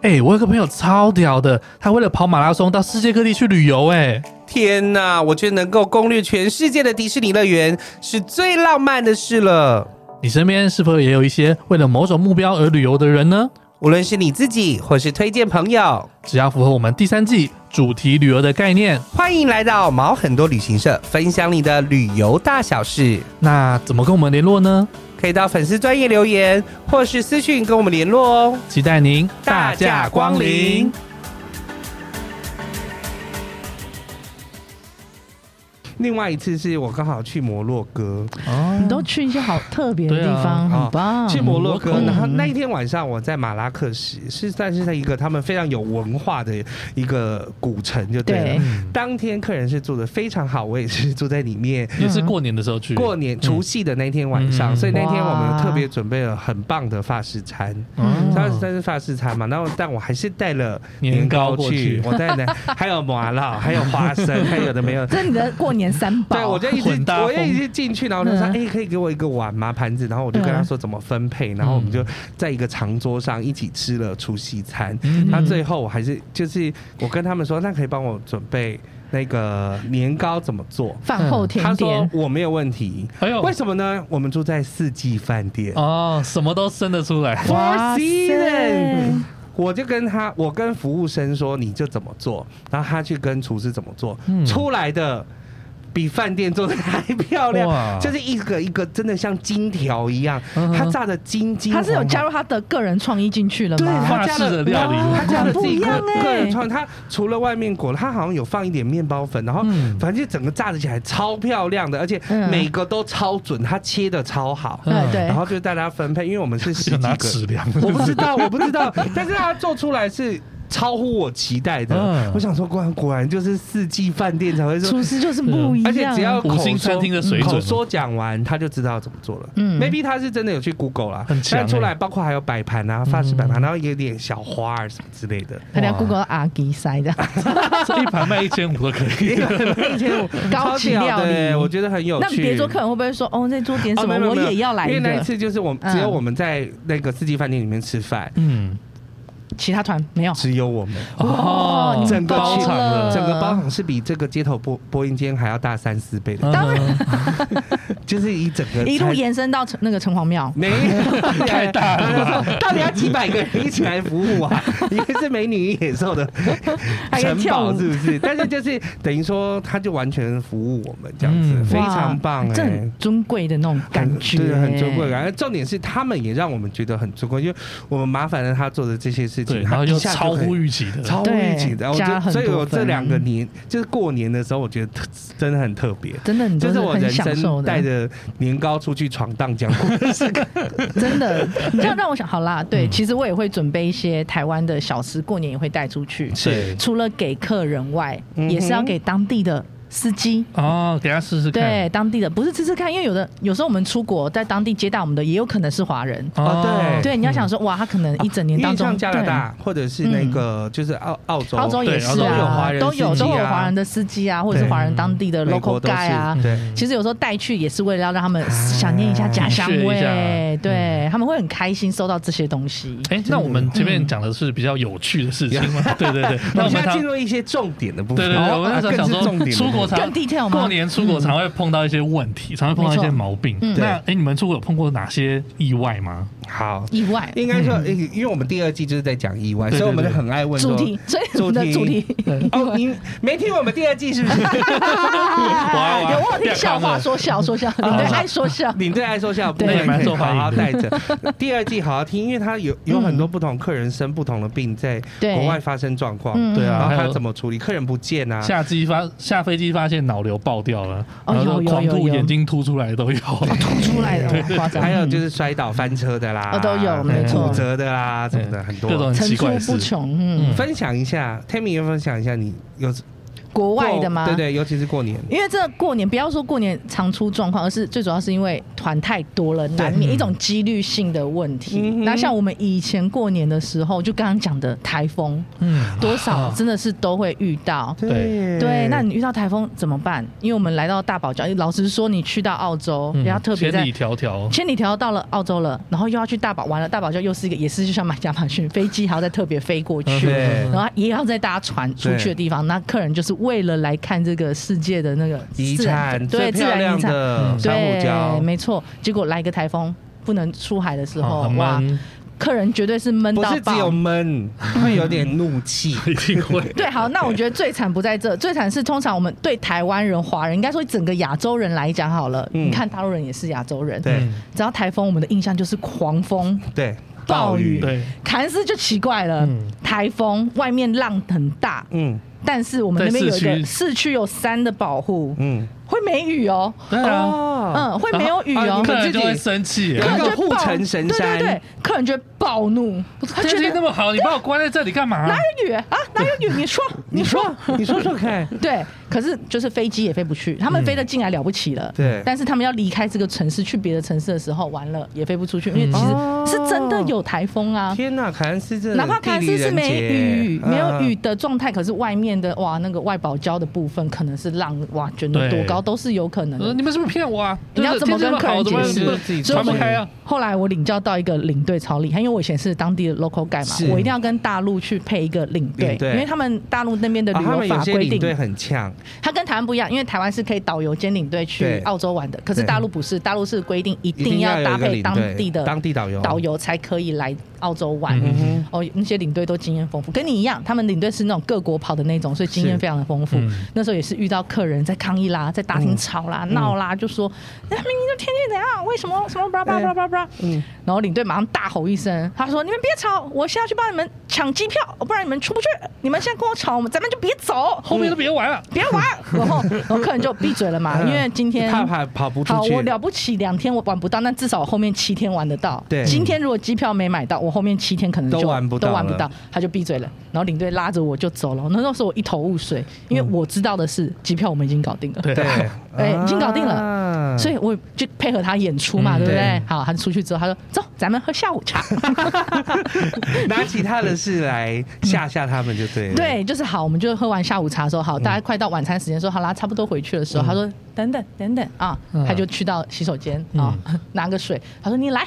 A: 哎、我有个朋友超屌的，他为了跑马拉松到世界各地去旅游、哎，
B: 天呐，我觉得能够攻略全世界的迪士尼乐园是最浪漫的事了。
A: 你身边是否也有一些为了某种目标而旅游的人呢？
B: 无论是你自己或是推荐朋友，
A: 只要符合我们第三季主题旅游的概念，
B: 欢迎来到毛很多旅行社，分享你的旅游大小事。
A: 那怎么跟我们联络呢？
B: 可以到粉丝专业留言，或是私讯跟我们联络哦。
A: 期待您
B: 大驾光临。另外一次是我刚好去摩洛哥，
A: 哦
C: 你都去一些好特别的地方，
B: 对啊
C: 很棒。
B: 去摩洛哥，
C: 嗯
B: 然后那一天晚上我在马拉克什，是算是在一个他们非常有文化的一个古城，就对了。
C: 对
B: 当天客人是住的非常好，我也是住在里面。
A: 也是过年的时候去，
B: 过年除夕的那天晚上，
A: 嗯
B: 所以那天我们
C: 哇
B: 特别准备了很棒的法式餐。
C: 哦
A: 嗯
B: 当时但是法式餐嘛，然后但我还是带了
A: 年糕过
B: 去
A: 去，
B: 我带了还有麻辣，还有 花生，还有的没有。
C: 这是你的过年三宝。
B: 对，我就一直
A: 混搭风
B: 我就一直进去，然后他说：“哎、
C: 嗯
B: 可以给我一个碗吗？盘子？”然后我就跟他
A: 嗯
B: 说怎么分配，然后我们就在一个长桌上一起吃了除夕餐。
A: 嗯
B: 那最后我还是就是我跟他们说，那可以帮我准备那个年糕怎么做？
C: 饭后
B: 他
C: 甜
B: 说
C: 点，
B: 我没有问题。
A: 哎呦
B: 为什么呢？我们住在四季饭店。
A: 哦，什么都生得出来，
B: Four
C: 哇塞
B: Seasons。我就跟他，我跟服务生说你就怎么做，然后他去跟厨师怎么做，
A: 嗯
B: 出来的比饭店做的还漂
A: 哇
B: 亮，就是一个一个真的像金条一样，
A: 嗯哼
B: 它炸的金金
C: 他
B: 黄黄。
C: 是有加入他的个人创意进去了
B: 对，
C: 吗？
B: 他
A: 法
B: 加
A: 式
B: 了
A: 的料理
B: 哇他加了自己
C: 不一
B: 个
C: 样欸
B: 个人创，他除了外面裹，他好像有放一点面包粉，然后
A: 嗯
B: 反正就整个炸的起来超漂亮的，而且
C: 嗯
B: 每个都超准，他切的超好。
A: 嗯
C: 哎，对
B: 然，后就带大家分配，因为我们是十
A: 有
B: 几
A: 拿
B: 个，
A: 尺量，
B: 我不知 道，我不知道，但是他做出来是超乎我期待的。
A: 嗯
B: 我想说，果然果然就是四季饭店才会说
C: 厨，师就是不一样。啊
B: 而且只要口
A: 五星
B: 说
A: 餐厅的水准
B: 口说讲完，他就知道怎么做了。
C: 嗯
B: Maybe 他是真的有去 Google 啦，
A: 很强欸
B: 但出来包括还有摆盘啊、法式摆
C: 嗯
B: 盘，然后有点小花儿什么之类的。
C: 他俩 Google 阿吉 塞的，
A: 这一盘卖一千五都可以。
B: 以前我
C: 高级料理
B: 我觉得很有趣。
C: 那别桌客人会不会说哦，那桌点
B: 哦
C: 什么
B: 没有
C: 我
B: 没有
C: 也要来
B: 因
C: 一嗯
B: 为那一
C: 个？
B: 次就是我们只有我们在那个四季饭店里面吃饭，
A: 嗯，
C: 其他团没有。
B: 只有我们。
C: 哦你
B: 整
C: 们
B: 个
C: 包
B: 包场
C: 了，
B: 整个包场是比这个街头播播音间还要大三四倍的，
C: 当
A: 然
B: 就是以整个
C: 一路
B: 才
C: 延伸到那个城隍庙。
B: 没 有
A: 太大了吧
B: 说到底要几百个人一起来服务 啊？一个是美女与野兽的
C: 还可以
B: 城
C: 跳
B: 堡
C: 舞
B: 是不是？但是就是等于说，他就完全服务我们这样子，
A: 嗯
B: 非
C: 哇
B: 常棒哎、
C: 这很尊贵的那种感
B: 很
C: 觉，
B: 对，很尊贵。感。而重点是，他们也让我们觉得很尊贵，因为我们麻烦了他做的这些事情，
A: 对，然后
B: 就
A: 又超乎预期的，
B: 超乎
C: 对
B: 预期的。我
C: 加
B: 就
C: 很
B: 所以，
C: 多
B: 我这
C: 分
B: 两个年就是过年的时候，我觉得特真的很特别。
C: 真的，你
B: 这
C: 都
B: 是我
C: 很
B: 人
C: 享受
B: 生带
C: 的，
B: 着年糕出去闯荡讲过的事。
C: 真的。你这样让我想，好啦，对，
A: 嗯
C: 其实我也会准备一些台湾的小吃，过年也会带出去。
A: 是
C: 除了给客人外，
B: 嗯哼
C: 也是要给当地的司机。
A: 哦，给他试试看
C: 对，。当地的不是吃吃看，因为有的有时候我们出国，在当地接待我们的也有可能是华人。
B: 哦对
C: 对，你要想说，哇，他可能一整年
B: 因
C: 当
B: 为
C: 中，
B: 像加拿
C: 对嗯
B: 大或者是那个就是澳澳洲，
C: 澳洲也
A: 对
C: 是
A: 澳
C: 啊，
A: 洲有
B: 华人
C: 都有
B: 司
C: 都
B: 机啊
C: 有华人的司机啊，或者是
B: 对
C: 华人当地的
B: 美
C: local
B: 国都是嗯
C: guy 啊。
A: 嗯
B: 对。
C: 其实有时候带去也是为了要让他们想念一下家
B: 啊
C: 乡
A: 嗯是一下
C: 味，对
B: 嗯
C: 他们会很开心收到这些东西。
A: 哎，那我们前面讲的是比较有趣的事情嘛？ 对对 对，那
B: 那
A: 我
B: 嗯我
A: 们
B: 们
A: 常
B: 进入一些重点的部
A: 对
B: 分，
A: 对对，
B: 哦
A: 我那时候想
B: 更是重
A: 说，
B: 点的
A: 出国
B: 部分
A: 常
C: 更 detail 吗
A: 过年出国常会碰到一些问题，常会碰到一些毛病。
C: 嗯
A: 那哎，你们出国有碰过哪些意外吗？
B: 好，
C: 意外
B: 应该说，因因为我们第二季就是在讲意外，
A: 对对
B: 所以我们
A: 对
B: 很爱问
C: 嗯主
B: 说
C: 题，所以我们的主
B: 主
C: 题
B: 题 哦，你没听我们第二季是不是？哎啊
A: 哇哇
C: 啊有我有听笑话，说笑 说笑，你对
A: 啊
C: 爱说笑，
B: 领队爱说笑部分
A: 那也蛮受欢
B: 好
A: 迎
B: 好
A: 的
B: 带着。第二季好好听，因为他有有
C: 嗯
B: 很多不同客人生不同的病，在
C: 对
B: 国外发生状况，
C: 嗯
A: 对啊
B: 然后
A: 还
B: 他
A: 有
B: 怎么处理？客人不见啊，
A: 下机发下飞机发现脑瘤爆掉了，
C: 哦
A: 然后
C: 有有
A: 就狂
C: 有
A: 吐，
C: 有
A: 眼睛凸出来都有。
C: 吐出来的哇夸 张，
B: 还有就是摔倒翻车的啦
C: 哦，都有没
A: 错
B: 骨折的啦什么的，很
A: 各种
B: 多。
A: 很
C: 层
A: 奇
C: 出
A: 怪的事
C: 不穷，嗯，
B: 分享一下，Tammy 也分享一下你有
C: 国外的吗？
B: 对对，尤其是过年，
C: 因为这过年不要说过年常出状况，而是最主要是因为团太多了，难免一种几率性的问题
B: 嗯。哼
C: 那像我们以前过年的时候，就刚刚讲的台风，
A: 嗯，
C: 多少
A: 啊
C: 真的是都会遇到。
A: 对
C: 对，那你遇到台风怎么办？因为我们来到大堡礁，老实说，你去到澳洲，
A: 嗯
C: 比较特别
A: 千
C: 在
A: 里迢迢，
C: 千里迢迢到了澳洲了，然后又要去大堡，完了大堡礁又是一个，也是就像买亚马逊飞机还要再特别飞过
A: 嗯
C: 去，
B: 对
C: 然后也要再搭船出去的地方。那客人就是为了来看这个世界的那个
B: 遗
C: 自然
B: 产
C: 对
B: 最
C: 自
B: 漂
C: 然
B: 亮
C: 遗产，
B: 的
A: 嗯
B: 珊瑚
C: 对，
B: 礁，
C: 没错。结果来一个台风，不能出海的时
A: 啊
C: 候，
A: 很
C: 哇，
A: 慢，
C: 客人绝对是闷
B: 哦不
C: 到
B: 是只有
C: 爆。
B: 闷，会有点怒 气。
A: 一定会。
C: 对，好，那我觉得最惨不在这，最惨是通常我们对台湾人、华人，应该说整个亚洲人来讲好了，
B: 嗯
C: 你看大陆人也是亚洲人，
B: 对
A: 嗯
C: 只要台风，我们的印象就是狂风、
B: 对，
C: 暴雨，
A: 对，
C: 凯斯就奇怪了
A: 嗯，
C: 台、风外面浪很大，
B: 嗯
C: 但是我们那边有一
A: 在
C: 个
A: 市区
C: 市区有山的保护，
B: 嗯，
C: 会没雨哦，
A: 对啊，
B: 哦，
C: 嗯，会没有雨
B: 然
C: 哦
B: 后啊你。
A: 客
B: 们
A: 人
B: 自己
A: 就会生气哎
B: 有。一
C: 客
B: 个
C: 人就会暴
B: 护城神山
C: 对对对，客人就会暴怒，他
A: 天
C: 觉
A: 气
C: 得
A: 那么好，你把我关在这里干嘛？
C: 哪有雨啊？哪有雨？你说，你说。
B: 你说说看，
C: 对，可是就是飞机也飞不去，他们飞得进来了不起了，
B: 对
C: 但是他们要离开这个城市去别的城市的时候，完了也飞不出去，因为其实
B: 哦
C: 是真的有台风 啊，
B: 天呐，凯恩斯这
C: 哪怕
B: 呃地
C: 看
B: 理
C: 似是
B: 人
C: 没
B: 杰
C: 雨、没有雨，
B: 嗯
C: 的状态，可是外面的哇，那个外保礁的部分可能是浪哇卷得多
A: 对
C: 高，都是有可能
A: 我说
C: 的。
A: 呃你们是不是骗我啊？
C: 你要
A: 就是
C: 怎么
A: 天气
C: 跟客人
A: 那么好
C: 解释
A: 怎么
B: 自己
A: 传不开啊？
C: 后来我领教到一个领队超厉害，因为我以前是当地的 local guy 嘛
B: 是，
C: 我一定要跟大陆去配一个领队，
B: 领队
C: 因为他们大陆那边的
B: 啊
C: 旅
B: 他
C: 游
B: 们有
C: 法
B: 些
C: 规
B: 领
C: 定，
B: 队很呛，
C: 它跟台湾不一样，因为台湾是可以导游兼领队去
B: 对
C: 澳洲玩的，可是
B: 对
C: 大陆不是，大陆是规定一
B: 一
C: 定要
B: 有
C: 搭
B: 一个
C: 配
B: 领
C: 当
B: 队
C: 地的
B: 当地导游
C: 导，游才可以来澳洲玩。
A: 嗯
B: 嗯
C: 哦，那些领队都经验丰富，跟你一样，他们领队是那种各国跑的那种，所以经验
B: 是
C: 非常的丰富。
A: 嗯
C: 那时候也是遇到客人在抗议啦，在大
B: 嗯
C: 厅吵啦、闹啦，就说那明明就天气怎样，为什么什么巴拉巴拉巴拉巴拉，
B: 嗯
C: 然后领队马上大吼一声，他说：“你们别吵，我现在去帮你们抢机票，不然你们出不去。你们现在跟我吵，我们咱们就别走，
A: 后面都别玩了。
C: 别玩。” 然后，然后客人就闭嘴了嘛，
B: 嗯
C: 因为今天
B: 怕怕跑不出
C: 好，
B: 去，
C: 我了不起，两天我玩不到，那至少我后面七天玩得到。
B: 对
C: 今天如果机票没买到，我后面七天可能就
B: 都玩不到
C: 都玩不
B: 了
C: 到，他就闭嘴了。然后领队拉着我就走了，那时候我一头雾水，因为我知道的是机票我们已经搞定了，
A: 对
B: 对，啊
C: 哎已经搞定了
B: 了
C: 所以我就配合他演出嘛，
A: 嗯
C: 对不对
B: 对？
C: 好，他出去之后，他说走，咱们喝下午 茶。
B: 拿其他的事来吓吓他们就对了，
C: 嗯对，就是好，我们就喝完下午茶的时候，好，大家快到晚餐时间说好啦，差不多回去的
B: 嗯
C: 时候，他说等等等等啊
A: 嗯，
B: 嗯
C: 他就去到洗手间啊，拿个水，他说你来，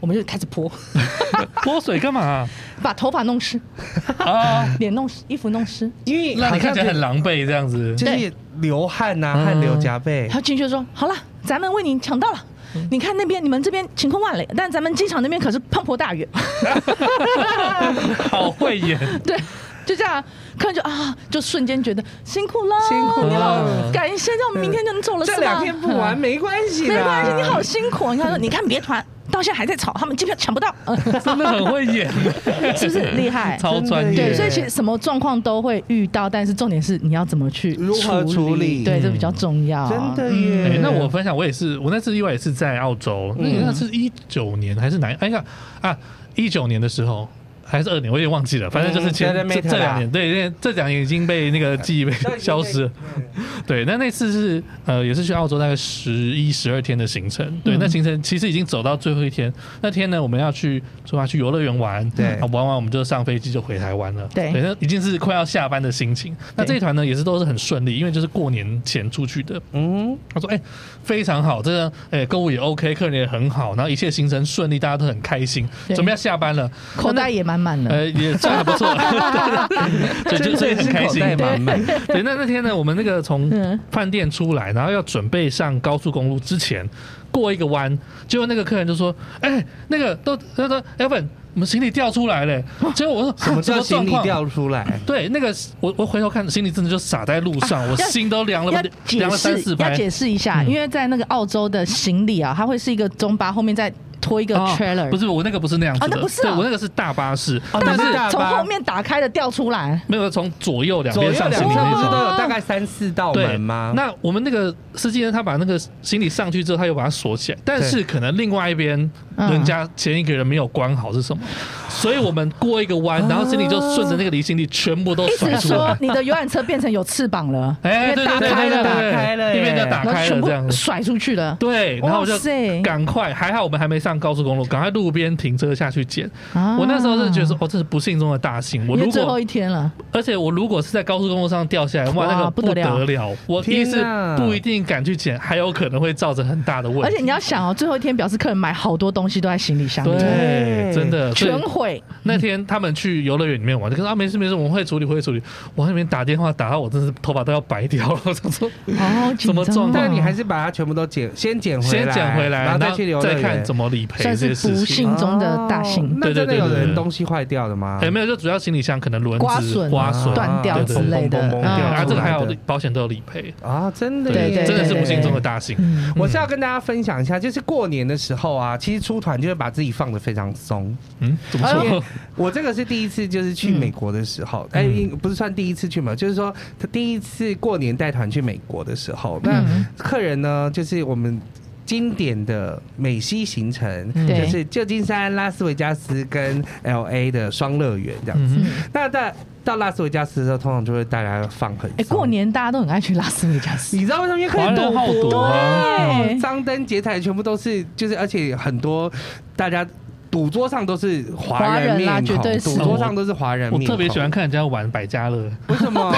C: 我们就开始泼，
A: 泼水干嘛啊？
C: 把头发弄湿，
A: 啊
C: 脸弄湿，衣服弄湿。
B: 因为
A: 让
B: 好
A: 你看
B: 像
A: 起来很嗯狼狈这样子。
B: 就是流汗呐、汗流浃背。
C: 他进去就说：“好了，咱们为你抢到了。
B: 嗯
C: 你看那边，你们这边晴空万里，但咱们机场那边可是滂沱大雨。
A: 好会演，
C: 对，就这样看就啊，就瞬间觉得辛苦了，
B: 辛苦
A: 了
C: 感谢，让我们明天就能走了，是吧？
B: 这两天不啊玩没关系的，
C: 嗯没关系，你好辛苦。你看说，你看别团到现在还在吵，他们机票抢不到， 嗯
A: 真的很会演，
C: 是不是厉害？
A: 超专业。
C: 对，所以其实什么状况都会遇到，但是重点是你要怎么去
B: 如何处理
C: 对，这
A: 嗯
C: 比较重要。嗯
B: 真的耶。
A: 哎、那我 分享，我也是，我那次意外也是在澳洲，那
B: 嗯
A: 那是一九年还是哪？哎呀啊，一九年的时候。还是二年，我也忘记了，反正就是前、
B: 嗯
A: 这
B: Terminator
A: 这两
B: 啦
A: 年，对，因为这两年已经被那个记忆被消失了。
B: 嗯
A: 对，那那次是呃，也是去澳洲大概十一、十二天的行程。对，
C: 嗯
A: 那行程其实已经走到最后一天。那天呢，我们要去出发去游乐园玩，
B: 对
A: 啊玩完我们就上飞机就回台湾了。
C: 对
A: 那已经是快要下班的心情。那这一团呢，也是都是很顺利，因为就是过年前出去的。
B: 嗯，
A: 他说：“哎、非常好，这个哎购物也 OK，客人也很好，然后一切行程顺利，大家都很开心，
C: 对
A: 准备要下班了，
C: 口袋也满满的，
A: 呃也算还不 错，对对对，就所以很开心
B: 真的是口袋满 满
A: 对，那那天呢，我们那个从
C: 嗯
A: 饭店出来，然后要准备上高速公路之前，过一个弯，结果那个客人就说：‘哎、那个都他说 Evan，我们行李掉出来了。’结果我说：‘啊
B: 什么叫
A: 状
B: 行李
A: 况？’
B: 掉出来？
A: 对，那个我我回头看，行李真的就撒在路上，我
C: 要
A: 心都凉了
C: 要，解
A: 凉了三四
C: 释，要
A: 拍。嗯
C: 解释一下，因为在那个澳洲的行李啊，它会是一个中巴，后面再拖一个
A: 哦
C: trailer，、
A: 不是我那个不是那样子的，
C: 哦那不是哦
A: 对我那个是大巴士，
B: 哦
A: 但
B: 那是
A: 是
B: 大
C: 从
B: 巴
C: 后面打开的掉出来，
A: 没有从左右两
B: 左右
A: 边
B: 两
A: 上
B: 边
A: 行李
B: 不
A: 那
B: 是
A: 种。
B: 都有大概三四道
A: 对
B: 门吗？
A: 那我们那个司机呢？他把那个行李上去之后，他又把它锁起来，但是可能另外一边
C: 嗯
A: 人家前一个人没有关好是什么，所以我们过一个弯，然后行李就顺着那个离行李全部都
C: 意
A: 甩
C: 思是
A: 出
C: 哦说
A: 来。
C: 你的游览车变成有翅膀了，
A: 哎，
C: 因
A: 对
C: 为
A: 对
C: 打
A: 对
C: 开
A: 对对
C: 了，
A: 对，
B: 打开了
A: 那边就
B: 耶
A: 打
C: 然后
A: 开
C: 全
A: 了
C: 部
A: 这样子。
C: 甩出去了。
A: 对，然后我就
C: 哇塞
A: 赶快，还好我们还没上高速公路，赶快路边停车下去捡。
C: 啊
A: 我那时候是觉得说，哦，这是不幸中的大幸。我
C: 因
A: 如
C: 为最后
A: 果，
C: 一天了，
A: 而且我如果是在高速公路上掉下来，哇，
C: 哇
A: 那个
C: 不
A: 得
C: 得了
A: 我第一是
B: 天哪
A: 不一定敢去捡，还有可能会造成很大的问
C: 而
A: 题。
C: 且你要想哦，最后一天表示客人买好多东西都在行李箱里，
A: 对，
B: 对
A: 真的。所以
C: 全毁。
A: 那天他们去游乐园里面玩，就跟他说啊没事没事，我们会处理会处理。我那边打电话打到我，真是头发都要白掉了。我想说，
C: 哦，
A: 什么状况
B: 但你还是把它全部都捡，先捡回来，
A: 先捡回来，
B: 然后
A: 然
B: 再
A: 后
B: 去留。
A: 再看怎
B: 么
A: 么理赔
C: 算
A: 这
C: 是
A: 些事情。
C: 不幸中的大幸
B: 哦那真
A: 对对
B: 的
A: 对
B: 有
A: 对对
B: 人东西坏掉的吗？
A: 哎，没有，就主要行李箱可能轮子
C: 刮损啊
A: 刮损、
C: 断掉
A: 对对
C: 之类的
B: 嘣嘣嘣嘣
A: 对，
C: 嗯
A: 然
B: 掉
A: 后
B: 出
A: 啊这个
B: 来
A: 还有
B: 的
A: 保险都有理赔，
B: 啊，真的
C: 对
B: 耶，
C: 对
A: 真的是
C: 对
A: 不幸中的
C: 对
A: 大幸。
C: 嗯，
B: 我是要跟大家分享一下，就是过年的时候啊，其实出团就会把自己放的非常松。
A: 嗯，怎么
B: 因为
A: 说？
B: 我这个是第一次，就是去美国的时候，哎、
A: 嗯
B: 不是算第一次去嘛，就是说他第一次过年带团去美国的时候，那
C: 嗯
B: 客人呢，就是我们。经典的美西行程
A: 嗯
C: 对
B: 就是旧金山、拉斯维加斯跟 L A 的双乐园这样子。
A: 嗯
B: 那到到拉斯维加斯的时候，通常就会大家放很
C: 哎，
B: 松
C: 过年大家都很爱去拉斯维加斯，
B: 你知道为什么？因为
A: 华
B: 可以
A: 人好
B: 赌
A: 赌
B: 博
A: 啊
C: 对
B: 张灯结彩，全部都是就是，而且很多大家赌桌上都是华人
C: 华人啦
B: 面
C: 绝
B: 孔，
C: 对是
B: 赌桌上都是华人
A: 我
B: 面孔。
A: 特别喜欢，看人家玩百家乐，
B: 为 什么？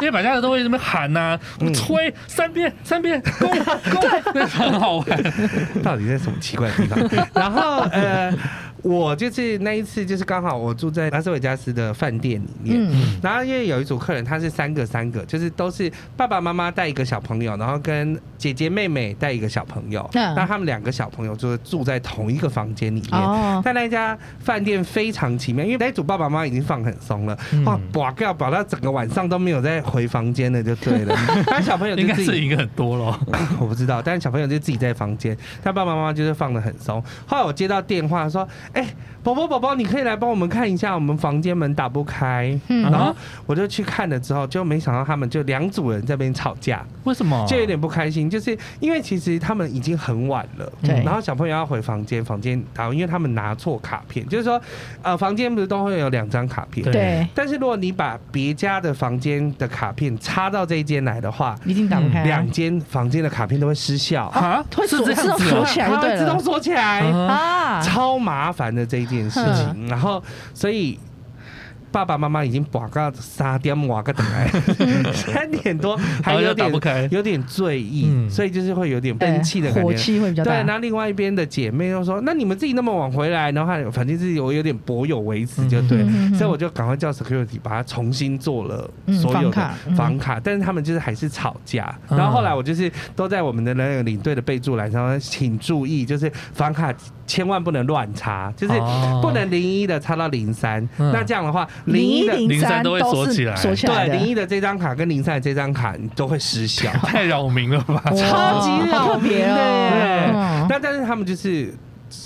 A: 因为百家乐都会那边喊呐、
B: 嗯
A: 吹三遍三遍攻攻， 那很好玩。
B: 到底在什么奇怪的地方？ 然后呃，我就是那一次，就是刚好我住在拉斯维加斯的饭店里面。
C: 嗯，
B: 然后因为有一组客人，他是三个三个，就是都是爸爸妈妈带一个小朋友，然后跟姐姐妹妹带一个小朋友，
C: 嗯
B: 那他们两个小朋友就是住在同一个房间里面。
C: 哦，
B: 但那一家饭店非常奇妙，因为那一组爸爸妈妈已经放很松了，
A: 嗯
B: 哇，把掉把到整个晚上都没有再回房间了，就对 了。那小朋友
A: 应
B: 就
A: 该
B: 自
A: 是
B: 己，
A: 赢很多咯。
B: 我不知道，但是小朋友就自己在房间，他爸爸妈妈就是放的很松。后来我接到电话说，哎、宝宝宝宝，你可以来帮我们看一下，我们房间门打不开。
C: 嗯
B: 然后我就去看了之后，就没想到他们就两组人在那边吵架，
A: 为什
C: 哦
A: 么？
B: 就有点不开心，就是因为其实他们已经很晚了，
C: 对
B: 然后小朋友要回房间，房间然后因为他们拿错卡片，就是说，呃，房间不是都会有两张卡片，
A: 对
C: 对，
B: 但是如果你把别家的房间的卡片插到这一间来的话，
C: 一定打
A: 嗯
C: 不开啊，
B: 两间房间的卡片都会失效，
A: 啊，
C: 会
A: 是
C: 锁
A: 这
C: 自
A: 样
C: 动
A: 子
C: 锁
A: 哦、
C: 起来就
B: 它
C: 对
B: 会
C: 了
B: 自动锁起来，
A: 啊
C: 啊，嗯
B: 超麻烦的这一件事情。然后，所以爸爸妈妈已经把个三点瓦个等来
C: 嗯
B: 三点多，还
A: 然后
B: 有
A: 哦又打
B: 点
A: 不开
B: 有点醉意，
A: 嗯
B: 所以就是会有点
C: 对
B: 闷气的感
C: 火
B: 觉。
C: 气会比较
B: 对，
C: 大
B: 然。后另外一边的姐妹又说：“那你们自己那么晚回来，然后还反正是我有点颇有微词，就对。
C: 嗯嗯嗯嗯
B: 所以我就赶快叫 security 把它重新做了
C: 嗯
B: 所有
C: 房
B: 的
C: 卡嗯
B: 房卡，但是他们就是还是吵架。
A: 嗯
B: 然后后来我就是都在我们的那个领队的备注栏上，请注意，就是房卡千万不能乱插，就是
A: 哦
B: 不能零一的插到零三。
A: 嗯
B: 那这样的话，零
C: 零
B: 一
C: 一
B: 的。”
A: 零三
C: 三
A: 都会锁
C: 是
A: 起来
C: 锁起来
B: 对，零
C: 的，
B: 一的这张卡跟零三的这张卡你都会失效，
A: 太扰民了吧？
C: 哇
B: 超级
C: 好
B: 扰
C: 特
B: 民
C: 别
B: 的耶
C: 哦。
B: 那但是他们就是。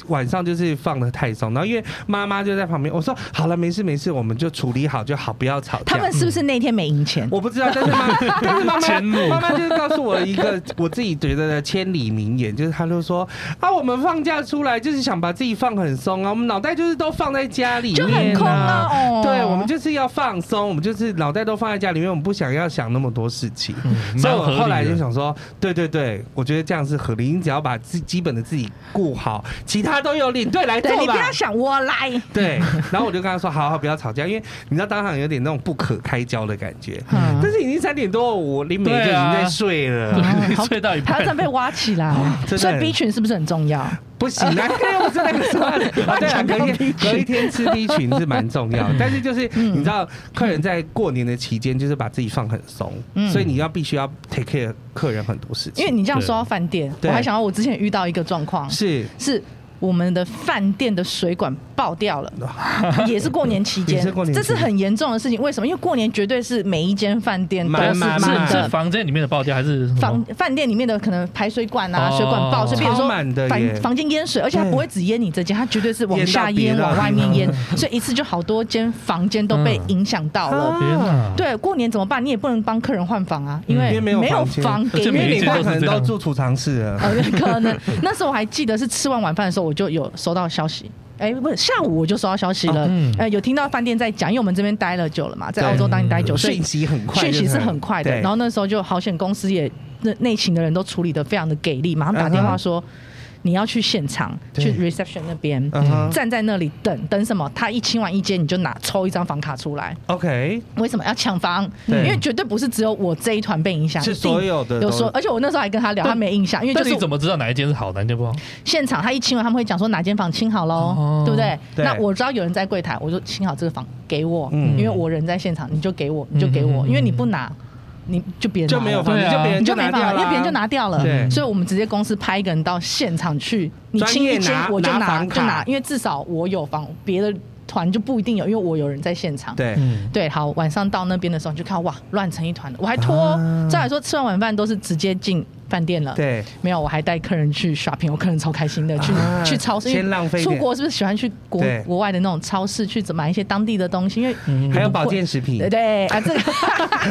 B: 晚上就是放的太松，然后因为妈妈就在旁边，我说好了，没事没事，我们就处理好就好，不要吵架。
C: 他们是不是那天没赢钱？
B: 我不知道，但是 妈，但是妈
A: 迁怒
B: 妈，妈妈就是告诉我一个我自己觉得的千里名言，就是她就说啊，我们放假出来就是想把自己放很松啊，我们脑袋就是都放在家里面、
C: 就很空啊哦
B: 对，我们就是要放松，我们就是脑袋都放在家里面，我们不想要想那么多事情。
A: 嗯
B: 所
A: 蛮
B: 以我
A: 合理的
B: 后来就想说，对对对，我觉得这样是合理。你只要把自基本的自己顾好，其他都由领队来做
C: 对
B: 吧。
C: 你不要想我来，
B: 对，然后我就跟他说：“好好，不要吵架，因为你知道当场有点那种不可开交的感觉。
C: 嗯
B: 但是已经三点多，我林美就已
A: 对啊
B: 经在睡了，
C: 啊
A: 你
C: 好
A: 睡到一半
C: 还要再被挖起来
B: 哦，真的
C: 所以 B 群是不是很重要？
B: 不行 啊！因为我是那个时候，啊对啊，
C: 讲到
B: 隔
C: B
B: 一天
C: 群嗯
B: 隔一天吃 B 群是蛮重要，但是就是你知道，客人在过年的期间就是把自己放很松，
C: 嗯
B: 所以你要必须要 take care 客人很多事情，
C: 因为你这样说到饭店，我
B: 对
C: 还想到我之前遇到一个状况，
B: 是
C: 是我们的饭店的水管爆掉了， 也是过年期
B: 也
C: 间
B: 是过，年期
C: 这
B: 间
C: 是很严重的事情。为什么？因为过年绝对是每一间饭店都
B: 满
C: 是
B: 满
C: 满
A: 是
B: 满
A: 是
C: 的。
A: 房间里面的爆掉还是
B: 嗯
A: 什么
C: 房饭店里面的可能排水管啊，
A: 哦
C: 水管爆，所以比如
B: 超
C: 说
B: 满的耶
C: 房房间淹水，而且它
B: 对
C: 不会只淹你这间，它绝对是往下
B: 淹
C: 淹，
B: 到别的
C: 往外面
B: 地
C: 淹，所以一次就好多间房间都被
A: 嗯
C: 影响到了。
A: 天哪！，
C: 对，过年怎么办？你也不能帮客人换房啊，因
B: 因
C: 为
B: 嗯为没有
C: 有
B: 房间
C: 房给
A: 而且
B: 因为
A: 每一
B: 你
A: 间
B: 可
A: 都是
B: 能
A: 这样
B: 都住储藏室了，
C: 呃，可能那时候我还记得是吃完晚饭的时候，我就有收到消息。哎，不是下午我就收到消息了，
A: 哦嗯
C: 呃，有听到饭店在讲，因为我们这边待了久了嘛，在澳洲当地待久，所以
B: 讯息很快就，
C: 讯息是很快的。
B: 对
C: 然后那时候就好险，公司也那内勤的人都处理的非常的给力，马上打电话说、你要去现场
B: 嗯对
C: 去 reception 那边、
B: 嗯哼
C: 站在那里等等什么，他一清完一间你就拿抽一张房卡出来，
B: OK，
C: 为什么要抢房？因
B: 对
C: 为绝对不是只有我这一团被影响，
B: 是
C: 一定
B: 所有的都
C: 有说，而且我那时候还跟他聊，
A: 但
C: 他没印象，因为就
A: 但
C: 是
A: 你怎么知道哪一间是好，哪一间不好？
C: 现场他一清完，他们会讲说哪间房清好喽，
A: 哦
C: 对不对？
B: 对
C: 那我知道有人在柜台，我就清好这个房给我，
B: 嗯
C: 因为我人在现场，你就给我，你就给
A: 嗯
C: 我，
A: 嗯嗯
C: 因为你不拿，你就别人拿
B: 就没有
C: 了
B: 房
A: 对
B: 间，
A: 啊
B: 就别人
C: 你就
B: 拿
C: 没
B: 掉
C: 办法，
B: 了，
C: 因为别人就拿掉了，
B: 对
C: 所以我们直接公司派一个人到现场去，你
B: 专
C: 清
B: 业
C: 一间
B: 拿
C: 我就
B: 拿
C: 拿
B: 房
C: 就拿
B: 卡，
C: 因为至少我有房，别的团就不一定有，因为我有人在现场。
B: 对。
A: 嗯，
C: 对，好，晚上到那边的时候你就看哇，乱成一团了。我还拖哦、
B: 啊
C: 照理说吃完晚饭都是直接进饭店了，，
B: 对，
C: 没有，我还带客人去 shopping，我客人超开心的，去、
B: 啊
C: 去超市。因为
B: 先浪费一
C: 出
B: 点
C: 国是不是喜欢去国
B: 对
C: 国外的那种超市去买一些当地的东西？因为
A: 嗯
B: 还有保健食品
C: 对，对 啊，这个
A: 二手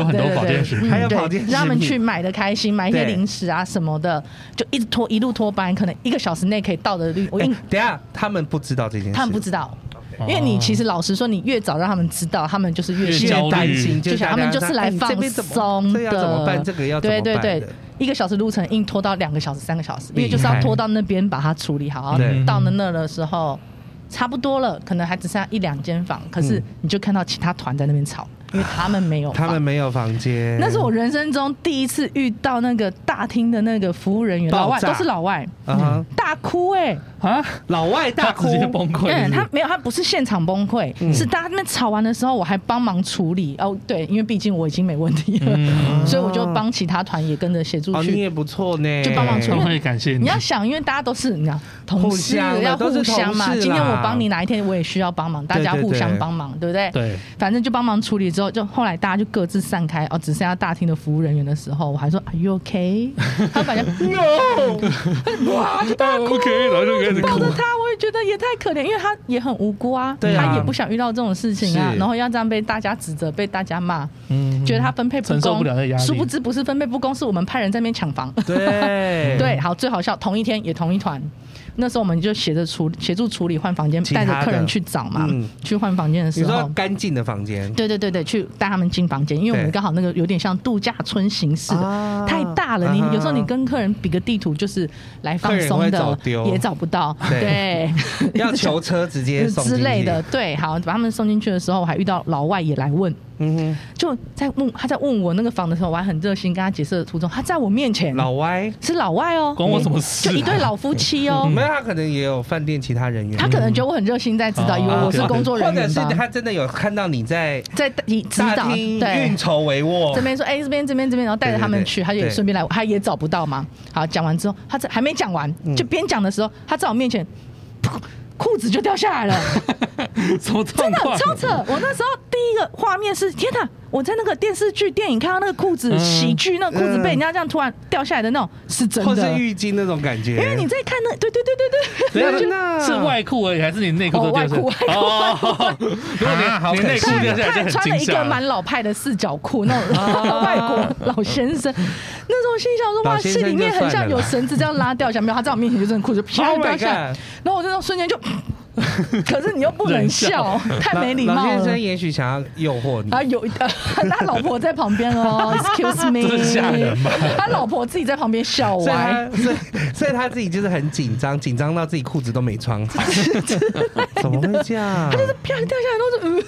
A: 啊很多保健食
C: 对对对
A: 品
C: 嗯
B: 还有
C: 对
B: 保健食品
C: 让他们去买的开心，买一些
B: 对
C: 零食啊什么的，就一直拖一路拖班，可能一个小时内可以到的率，我
B: 哎
C: 应、
B: 等一下他们不知道这件事，
C: 他们不知道，
A: 哦
C: 因为你其实老实说，你越早让他们知道，他们就是越
A: 越
C: 兴
A: 焦虑
B: 越担心，
C: 就想他们就是来放松
B: 哎这
C: 的，
B: 要怎么办？这个要怎么
C: 对
B: 办
C: 对
B: 的？
C: 对，一个小时路程硬拖到两个小时、三个小时，因为就是
B: 厉
C: 要
B: 害
C: 拖到那边把它处理好，然
B: 对
C: 后到了那的时候。差不多了，可能还只剩下一两间房，可是
B: 嗯
C: 你就看到其他团在那边吵，因为他们没有
B: 他
C: 房
B: 们没有房间，
C: 那是我人生中第一次遇到那个大厅的那个服务人员，
B: 爆炸
C: 老外都是老外，
B: 啊哈，
C: 大哭哎、
A: 啊，
B: 老外
A: 他
B: 大哭
A: 直，接崩溃了。
C: 嗯，
A: 是不
C: 他
A: 是
C: 没有，他不是现场崩溃，
B: 嗯
C: 是大家那边吵完的时候，我还帮忙处理。哦，对，因为毕竟我已经没问题了，
A: 嗯
C: 所以我就帮其他团也跟着协助
B: 哦，你
C: 去。
B: 也不错呢，
C: 就帮忙处
A: 他
C: 理
A: 们会感谢
C: 你
A: 你
C: 要。想，因为大家都是你知道同
B: 嗯互
C: 事
B: 相的
C: 要
B: 都是
C: 互相嘛。
B: 同事啦
C: 今天我帮你，哪一天我也需要帮忙，大家
B: 对对
C: 互相
B: 对
C: 帮忙，对不对？
A: 对，
C: 反正就帮忙处理之后，就后来大家就各自散开，哦，只剩下大厅的服务人员的时候，我还说 Are you OK？他反正 No，哇，就大家哭
A: OK，然后就开始
C: 抱着
A: 哭。
C: 他，我也觉得也太可怜，因为他也很无辜啊，
B: 对啊
C: 他也不想遇到这种事情啊，
B: 是
C: 然后要这样被大家指责、被大家骂，
A: 嗯
C: 觉得他分配不公，
A: 承受不了那压力
C: 殊不知不是分配不公，是我们派人在那边抢房。
B: 对
C: 对，好，最好笑，同一天也同一团。那时候我们就协着处协助处理换房间，
B: 其他
C: 带
B: 的
C: 着客人去找嘛，
B: 嗯
C: 去换房间的
B: 你
C: 时
B: 说
C: 候，
B: 干净的房间，
C: 对对对对，去带他们进房间，因为我们
B: 对
C: 刚好那个有点像度假村形式的，
B: 啊
C: 太大了。你
B: 啊哈
C: 有时候你跟客人比个地图，就是来放松
B: 客人会走
C: 的，
B: 丢
C: 也找不到。
B: 对
C: 对，对，
B: 要求车直接送进
C: 之
B: 去
C: 类的，，对，好，把他们送进去的时候，我还遇到老外也来问，
B: 嗯哼，
C: 就在问他在问我那个房的时候，我还很热心跟他解释的途中，他在我面前
B: 老歪，
C: 是老外哦，
A: 关我什么事、
C: 就
A: 啊？
C: 一对老夫 妻哦，
B: 没有他可能也有饭店其他人员，啊
C: 他可能觉得我很热心在指导，
A: 嗯
C: 以为我是
A: 哦
C: 工作
B: 或
C: 人
B: 者
C: 员
B: 是
C: 吧，
B: 他真的有看到你在
C: 在你指
B: 大
C: 导
B: 厅运
C: 对。
B: 筹帷幄
C: 这，边说，哎、这边这边这边，然后带着他们去，
B: 对对对
C: 他也
B: 对
C: 顺便来，他也找不到嘛。好，讲完之后，他这还没讲完，
B: 嗯
C: 就边讲的时候，他在我面前，噗裤子就掉下 来了，
A: 什么状
C: 真的
A: 况？
C: 超扯！我那时候第一个画面是，天哪！我在那个电视剧、电影看到那个裤子，
A: 嗯
C: 喜剧那个裤子
B: 嗯
C: 被人家这样突然掉下来的那种，是真
B: 或是
C: 的。
B: 浴巾那种感觉，
C: 因为你在看那，对对对对对，
A: 等一下
B: 天哪
A: 啊是外裤而已，还是你内裤都
C: 哦
A: 掉下来？
C: 外裤外裤
A: 哦， 如果
B: 啊好
A: 你你内
B: 可惜
A: 裤
C: 他
A: 掉下来，
C: 他
A: 就
C: 还
A: 很
C: 穿了
A: 惊
C: 一
A: 吓
C: 个蛮老派的四角裤，那种 外国老先生。那时候我心想说，
B: 哦老
C: 哇，
B: 先
C: 戏
B: 生
C: 里面
B: 就算
C: 很像
B: 了
C: 有
B: 啦
C: 绳子这样拉掉一下，没有，他在我面前就真的裤子啪
B: Oh my
C: 掉下来
B: God，
C: 然后我这种瞬间就，可是你又不能
A: 忍笑
C: 笑，太没礼
B: 老
C: 貌
B: 老先
C: 了
B: 生。也许想要诱惑你，
C: 啊，有 他老婆在旁边哦，Excuse me，
A: 这吓人吧
C: 他老婆自己在旁边笑
B: 所以
C: 歪，
B: 他所以所以他自己就是很紧张，紧张到自己裤子都没穿 好，怎么会这样？
C: 啪掉下来都是。嗯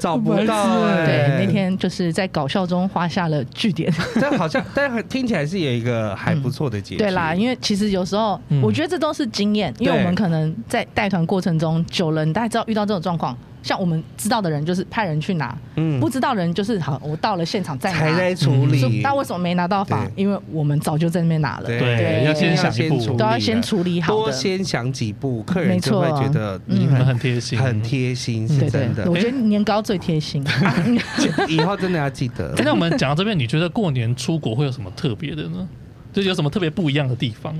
B: 找不到哎、
C: 对，那天就是在搞笑中画下了句点。
B: 但好像但听起来是有一个还不错的结局，
C: 嗯对啦，因为其实有时候、
A: 嗯
C: 我觉得这都是经验，因为
B: 对
C: 我们可能在带团过程中久了，你大概知道遇到这种状况。像我们知道的人就是派人去拿，
B: 嗯
C: 不知道的人就是好，我到了现场再
B: 才
C: 拿
B: 在。处
C: 所
B: 理
C: 嗯以，那为什么没拿到房？
B: 对
C: 因为我们早就在那边拿了，
A: 对要先想一步
B: 处理
C: 都要先处理好
B: 多
C: 的。
B: 先想几步，客人
C: 没
B: 就
C: 错
B: 会
C: 啊
B: 觉得你
A: 你们嗯
B: 嗯很
A: 很贴心，
B: 很贴心，
C: 对
B: 是
C: 对
B: 真，的
C: 对。我觉得年糕最 贴心。
B: 以后真的要记得
A: 哎。那我们讲到这边，你觉得过年出国会有什么特别的呢？就有什么特别不一样的地方？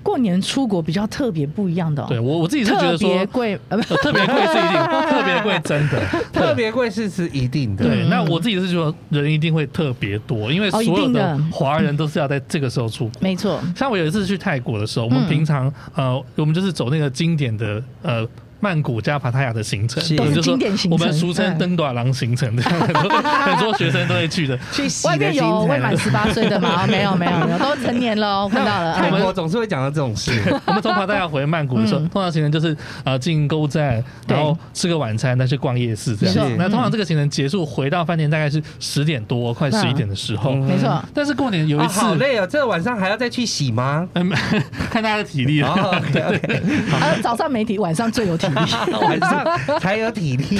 C: 过年出国比较特别不一样的、哦，
A: 对我我自己是觉
C: 特
A: 得说，
C: 别贵，呃，不
A: 呃特别贵是一定，特别贵真的对
B: 特别贵是是一定的，
A: 对，那我自己是觉得人一定会特别多，因为所
C: 嗯哦一
A: 有
C: 定
A: 的
C: 的
A: 华人都是要在这个时候出国。
C: 没错，
A: 像我有一次去泰国的时候，我们
C: 嗯
A: 平常、呃，我们就是走那个经典的呃曼谷加帕塔亚的行程
B: 是，
A: 我们就说
C: 都是经典行程嗯
A: 我们俗称
C: 对
A: 登短廊行程的， 很多很多学生都会 去的。
B: 去洗
C: 外
B: 的
C: 面
B: 心
C: 有
B: 才
C: 未
B: 能
C: 满十八岁 的吗？哦没有，没有，没有，都成年了哦，看到了。
B: 泰
C: 嗯
B: 国总是会讲到这种事，
A: 我们从帕塔亚回曼谷的时候，
C: 嗯
A: 通常行程就是呃进购物站，
C: 对嗯
A: 然后吃个晚餐，再去逛夜市这样
B: 是。
A: 那通常这个行程结束回到饭店大概是十点多，快十一点的时候。
B: 嗯
C: 没错，
A: 但是过年有
B: 啊
A: 一次，
B: 好累哦，这晚上还要再去 洗吗？
A: 嗯， 看大家的体力了。
B: 哦，OK，OK，
C: 啊，早上没体，晚上最有体力，
B: 晚上才 有体力，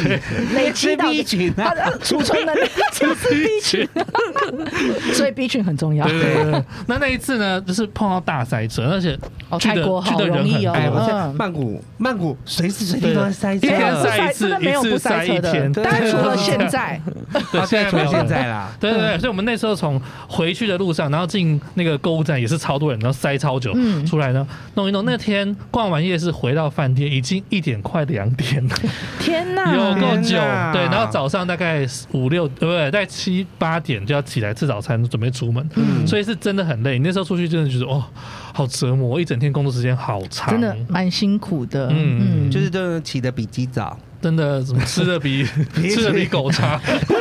C: 累积
B: 吃
C: 到
B: B 群
C: 啊
B: 啊，
C: 啊储存能量就是 B 群， 所以 B 群很重要。
A: 对对对对。 那那一次呢，就是碰到大塞车，而且
C: 哦
A: 去的
C: 泰国好
A: 去的人
C: 容易哦
A: 很
B: 哎，
A: 多
B: 不是
C: 嗯
B: 曼谷，曼谷随时随
A: 对
B: 地都在塞车，
A: 一天塞一
C: 真
A: 次，
C: 的没有
A: 一
C: 不
A: 次
C: 塞车
A: 一天，
C: 的，
A: 对
C: 当然除了
A: 对
C: 现在，
A: 哦对
B: 啊
A: 现在
B: 除
A: 没
B: 了
A: 有
B: 现
A: 了。
B: 在啦，
A: 对对
C: 嗯
A: 对，所以我们那时候从回去的路上，然后进那个购物站也是超多人，然后塞超久，
C: 嗯
A: 出来呢弄一弄。那天逛完夜市回到饭店，已经一点快两点 了，
C: 天哪，
A: 有够久
B: 天。哪
A: 对，然后早上大概五六，呃不对，大概七八点就要起来吃早餐，准备出门，
B: 嗯
A: 所以是真的很累。你那时候出去真的觉得哦，好折磨，一整天工作时间好长，
C: 真的蛮辛苦的。
A: 嗯
C: 嗯，
B: 就是都起得比鸡早，
A: 真的怎么吃的 比吃的比狗差，
C: 过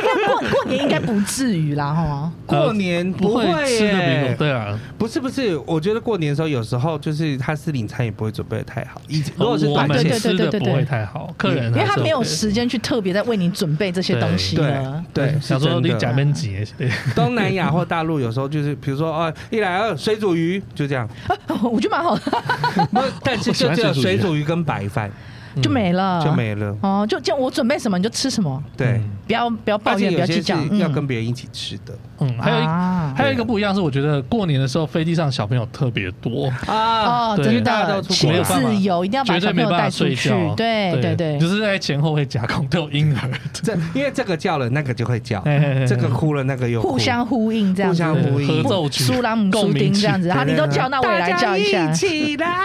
C: 过年应该不至于啦，哈。
A: 呃
B: 过年不会
A: 吃的比狗
B: 耶
A: 对啊。
B: 不是不是，我觉得过年的时候有时候就是他私领餐也不会准备的太好，以前如果是
A: 哦我
B: 短
A: 们
C: 对
B: 线
C: 对
A: 吃的不会太好，客人
C: 因为他没有
A: 吃，
C: 时间去特别在为你准备这些东西了。
B: 对对，
A: 想说
B: 是真
A: 你
B: 的
A: 假面姐，对，
B: 东南亚或大陆有时候就是，比如说哦，一来二水煮鱼就这样，
C: 我觉得蛮好的，
B: 不 但是
A: 我喜
B: 就
A: 欢
B: 只有
A: 水
B: 水
A: 煮
B: 煮鱼跟白饭
C: 就没了，
B: 就没了。
C: 哦，就就我准备什么你就吃什么，
B: 对，
C: 不要不要
B: 而
C: 抱
B: 且
C: 怨，不
B: 有
C: 要
B: 些
C: 计
B: 是
C: 较，嗯
B: 要跟别人一起吃的
A: 嗯，还有一
C: 啊
A: 还有一个不一样是，我觉得过年的时候飞机上小朋友特别多，
B: 啊
C: 哦，
A: 对
C: 真
B: 大家
C: 的
B: 都出国
C: 请
B: 了
C: 自由，一定要把
A: 绝对
C: 小朋
A: 没
C: 友
A: 办
C: 带
A: 法
C: 出
A: 睡
C: 去
A: 觉，，
C: 对对对，
A: 就是在前后会夹攻，都有婴儿，
B: 这因为这个叫了，那个就会叫
A: 嘿嘿嘿，
B: 这个哭了，那个又哭
C: 互相呼应这样子
B: 互，相呼
A: 合
B: 应，
A: 奏曲、
C: 苏朗姆
A: 共
C: 苏
A: 鸣
C: 丁
A: 曲
C: 这样子，好，你都叫，那我也来叫一下
B: 大家。起来！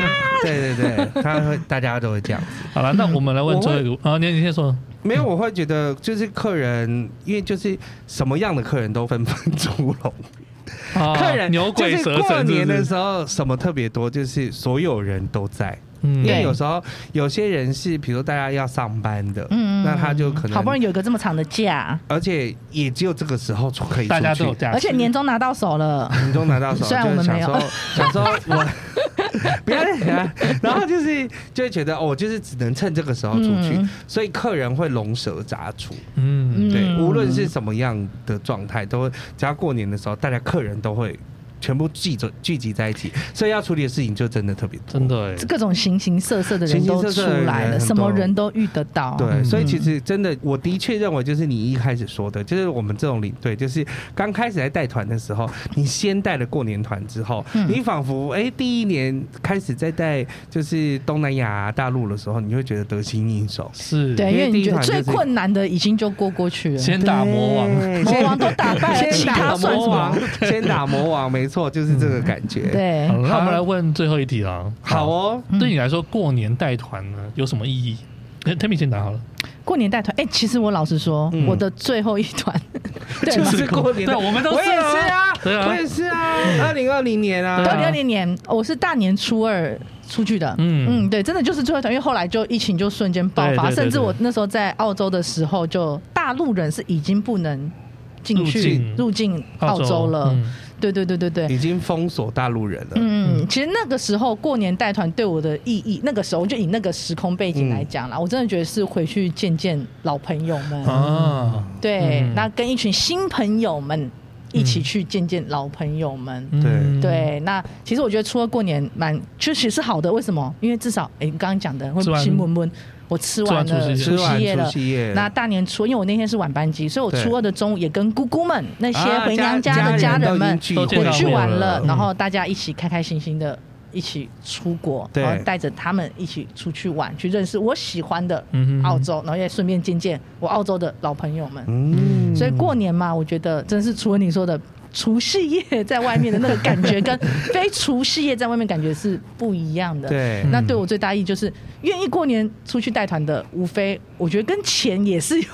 B: 对对对，他会，大家都会这样。
A: 好了，那我们来问最后一个，啊，你你先说，
B: 没有，我会觉得就是客人，因为就是什么样的客人都纷纷出笼。
A: 啊
B: 客人
A: 牛鬼
B: 就是
A: 蛇
B: 过
A: 神，
B: 年的时
A: 候，
B: 候什么特别多，就是所有人都在。因
A: 嗯
B: 为
C: 对
B: 有时候有些人是，比如说大家要上班的，
C: 嗯，
B: 那他就可能
C: 好不容
B: 易，
C: 易有一个这么长的假，
B: 而且也只有这个时候出可以出
A: 大
B: 去。
A: 家都有假期，
C: 而且年终拿到手了，
B: 年终拿到手，
C: 虽然
B: 就
C: 我
B: 是想
C: 们没有
B: 说，想说我不要再讲了。然后就是就会觉得哦，就是只能趁这个时候出去，
C: 嗯
B: 所以客人会龙蛇杂处。
A: 嗯，
C: 嗯
B: 对，无论是什么样的状态，都会只要过年的时候，大家客人都会全部聚着聚集在一起，所以要处理的事情就真的特别多。
A: 真的欸，
C: 各种形形色色的人都出来了，
B: 形形色色的人很多
C: 什么人都遇得到。
B: 对，
A: 嗯
B: 所以其实真的，我的确认为就是你一开始说的，就是我们这种领队，就是刚开始在带团的时候，你先带了过年团之后，
C: 嗯
B: 你仿佛哎、第一年开始在带就是东南亚大陆的时候，你会觉得得心应手，
A: 是，
C: 对，因为你觉
B: 因为第一团
C: 得
B: 就是
C: 最困难的已经就过过去了。
A: 先打魔王，
B: 对
C: 魔王都打败 了，
B: 先
C: 其他
B: 打
C: 算什
B: 魔王
C: 么？，嗯
B: 先打魔王，没错，就是这个感觉。，
C: 对
A: 好，那我们来问最后一题啦。
B: 好，哦，
C: 嗯
A: 对你来说，过年带团呢有什么意义？哎 Tammy 先打好了，
C: 过年带团，哎、其实我老实说，
B: 嗯
C: 我的最后一团，对
B: 就
C: 吧？
B: 是过年
A: 对
B: 的，
A: 我们都是啊
B: 我也是啊，
A: 对啊
B: 我也是啊，二零二零年
A: 对
C: 二零
A: 啊
C: 二零年，我是大年初二出去的。
A: 嗯
C: 嗯对，真的就是最后一团，因为后来就疫情就瞬间爆发，
A: 对对对
C: 甚至
A: 对
C: 我那时候在澳洲的时候，就大陆人是已经不能进
A: 入
C: 去
A: 境
C: 入境澳洲了。
A: 嗯
C: 对对对对对，
B: 已经封锁大陆人了。
C: 嗯，其实那个时候过年带团对我的意义，那个时候就以那个时空背景来讲啦，我真的觉得是回去见见老朋友们，
A: 啊，
C: 对，
A: 嗯
C: 那跟一群新朋友们一起去见见老朋友们。
A: 嗯，
C: 对，那其实我觉得除了过年蛮，确实是好的。为什么？因为至少，哎、你刚刚讲的，会
A: 吃完
C: 心闷闷。我吃完
A: 吃完
C: 了
A: 除
B: 吃完
C: 夕夜了
B: 除，夕夜，
C: 那大年初，因为我那天是晚班机，所以我
B: 对
C: 初二的中午也跟姑姑们那些
B: 啊
C: 回娘
B: 家
C: 的家人
B: 都
C: 们
B: 已经聚嗯
A: 见
B: 会
A: 到
C: 我
A: 面
C: 去玩了
A: 了，
C: 然后大家一起开开心心的一起出国，
B: 对
C: 然后带着他们一起出去玩，去认识我喜欢的
A: 嗯哼
C: 澳洲，然后也顺便见见我澳洲的老朋友们。
B: 嗯
C: 所以过年嘛，我觉得真是除了你说的。除夕夜在外面的那个感觉，跟非除夕夜在外面感觉是不一样的。
B: 对
C: 那对我最大意义就是，愿意过年出去带团的，无非我觉得跟钱也是有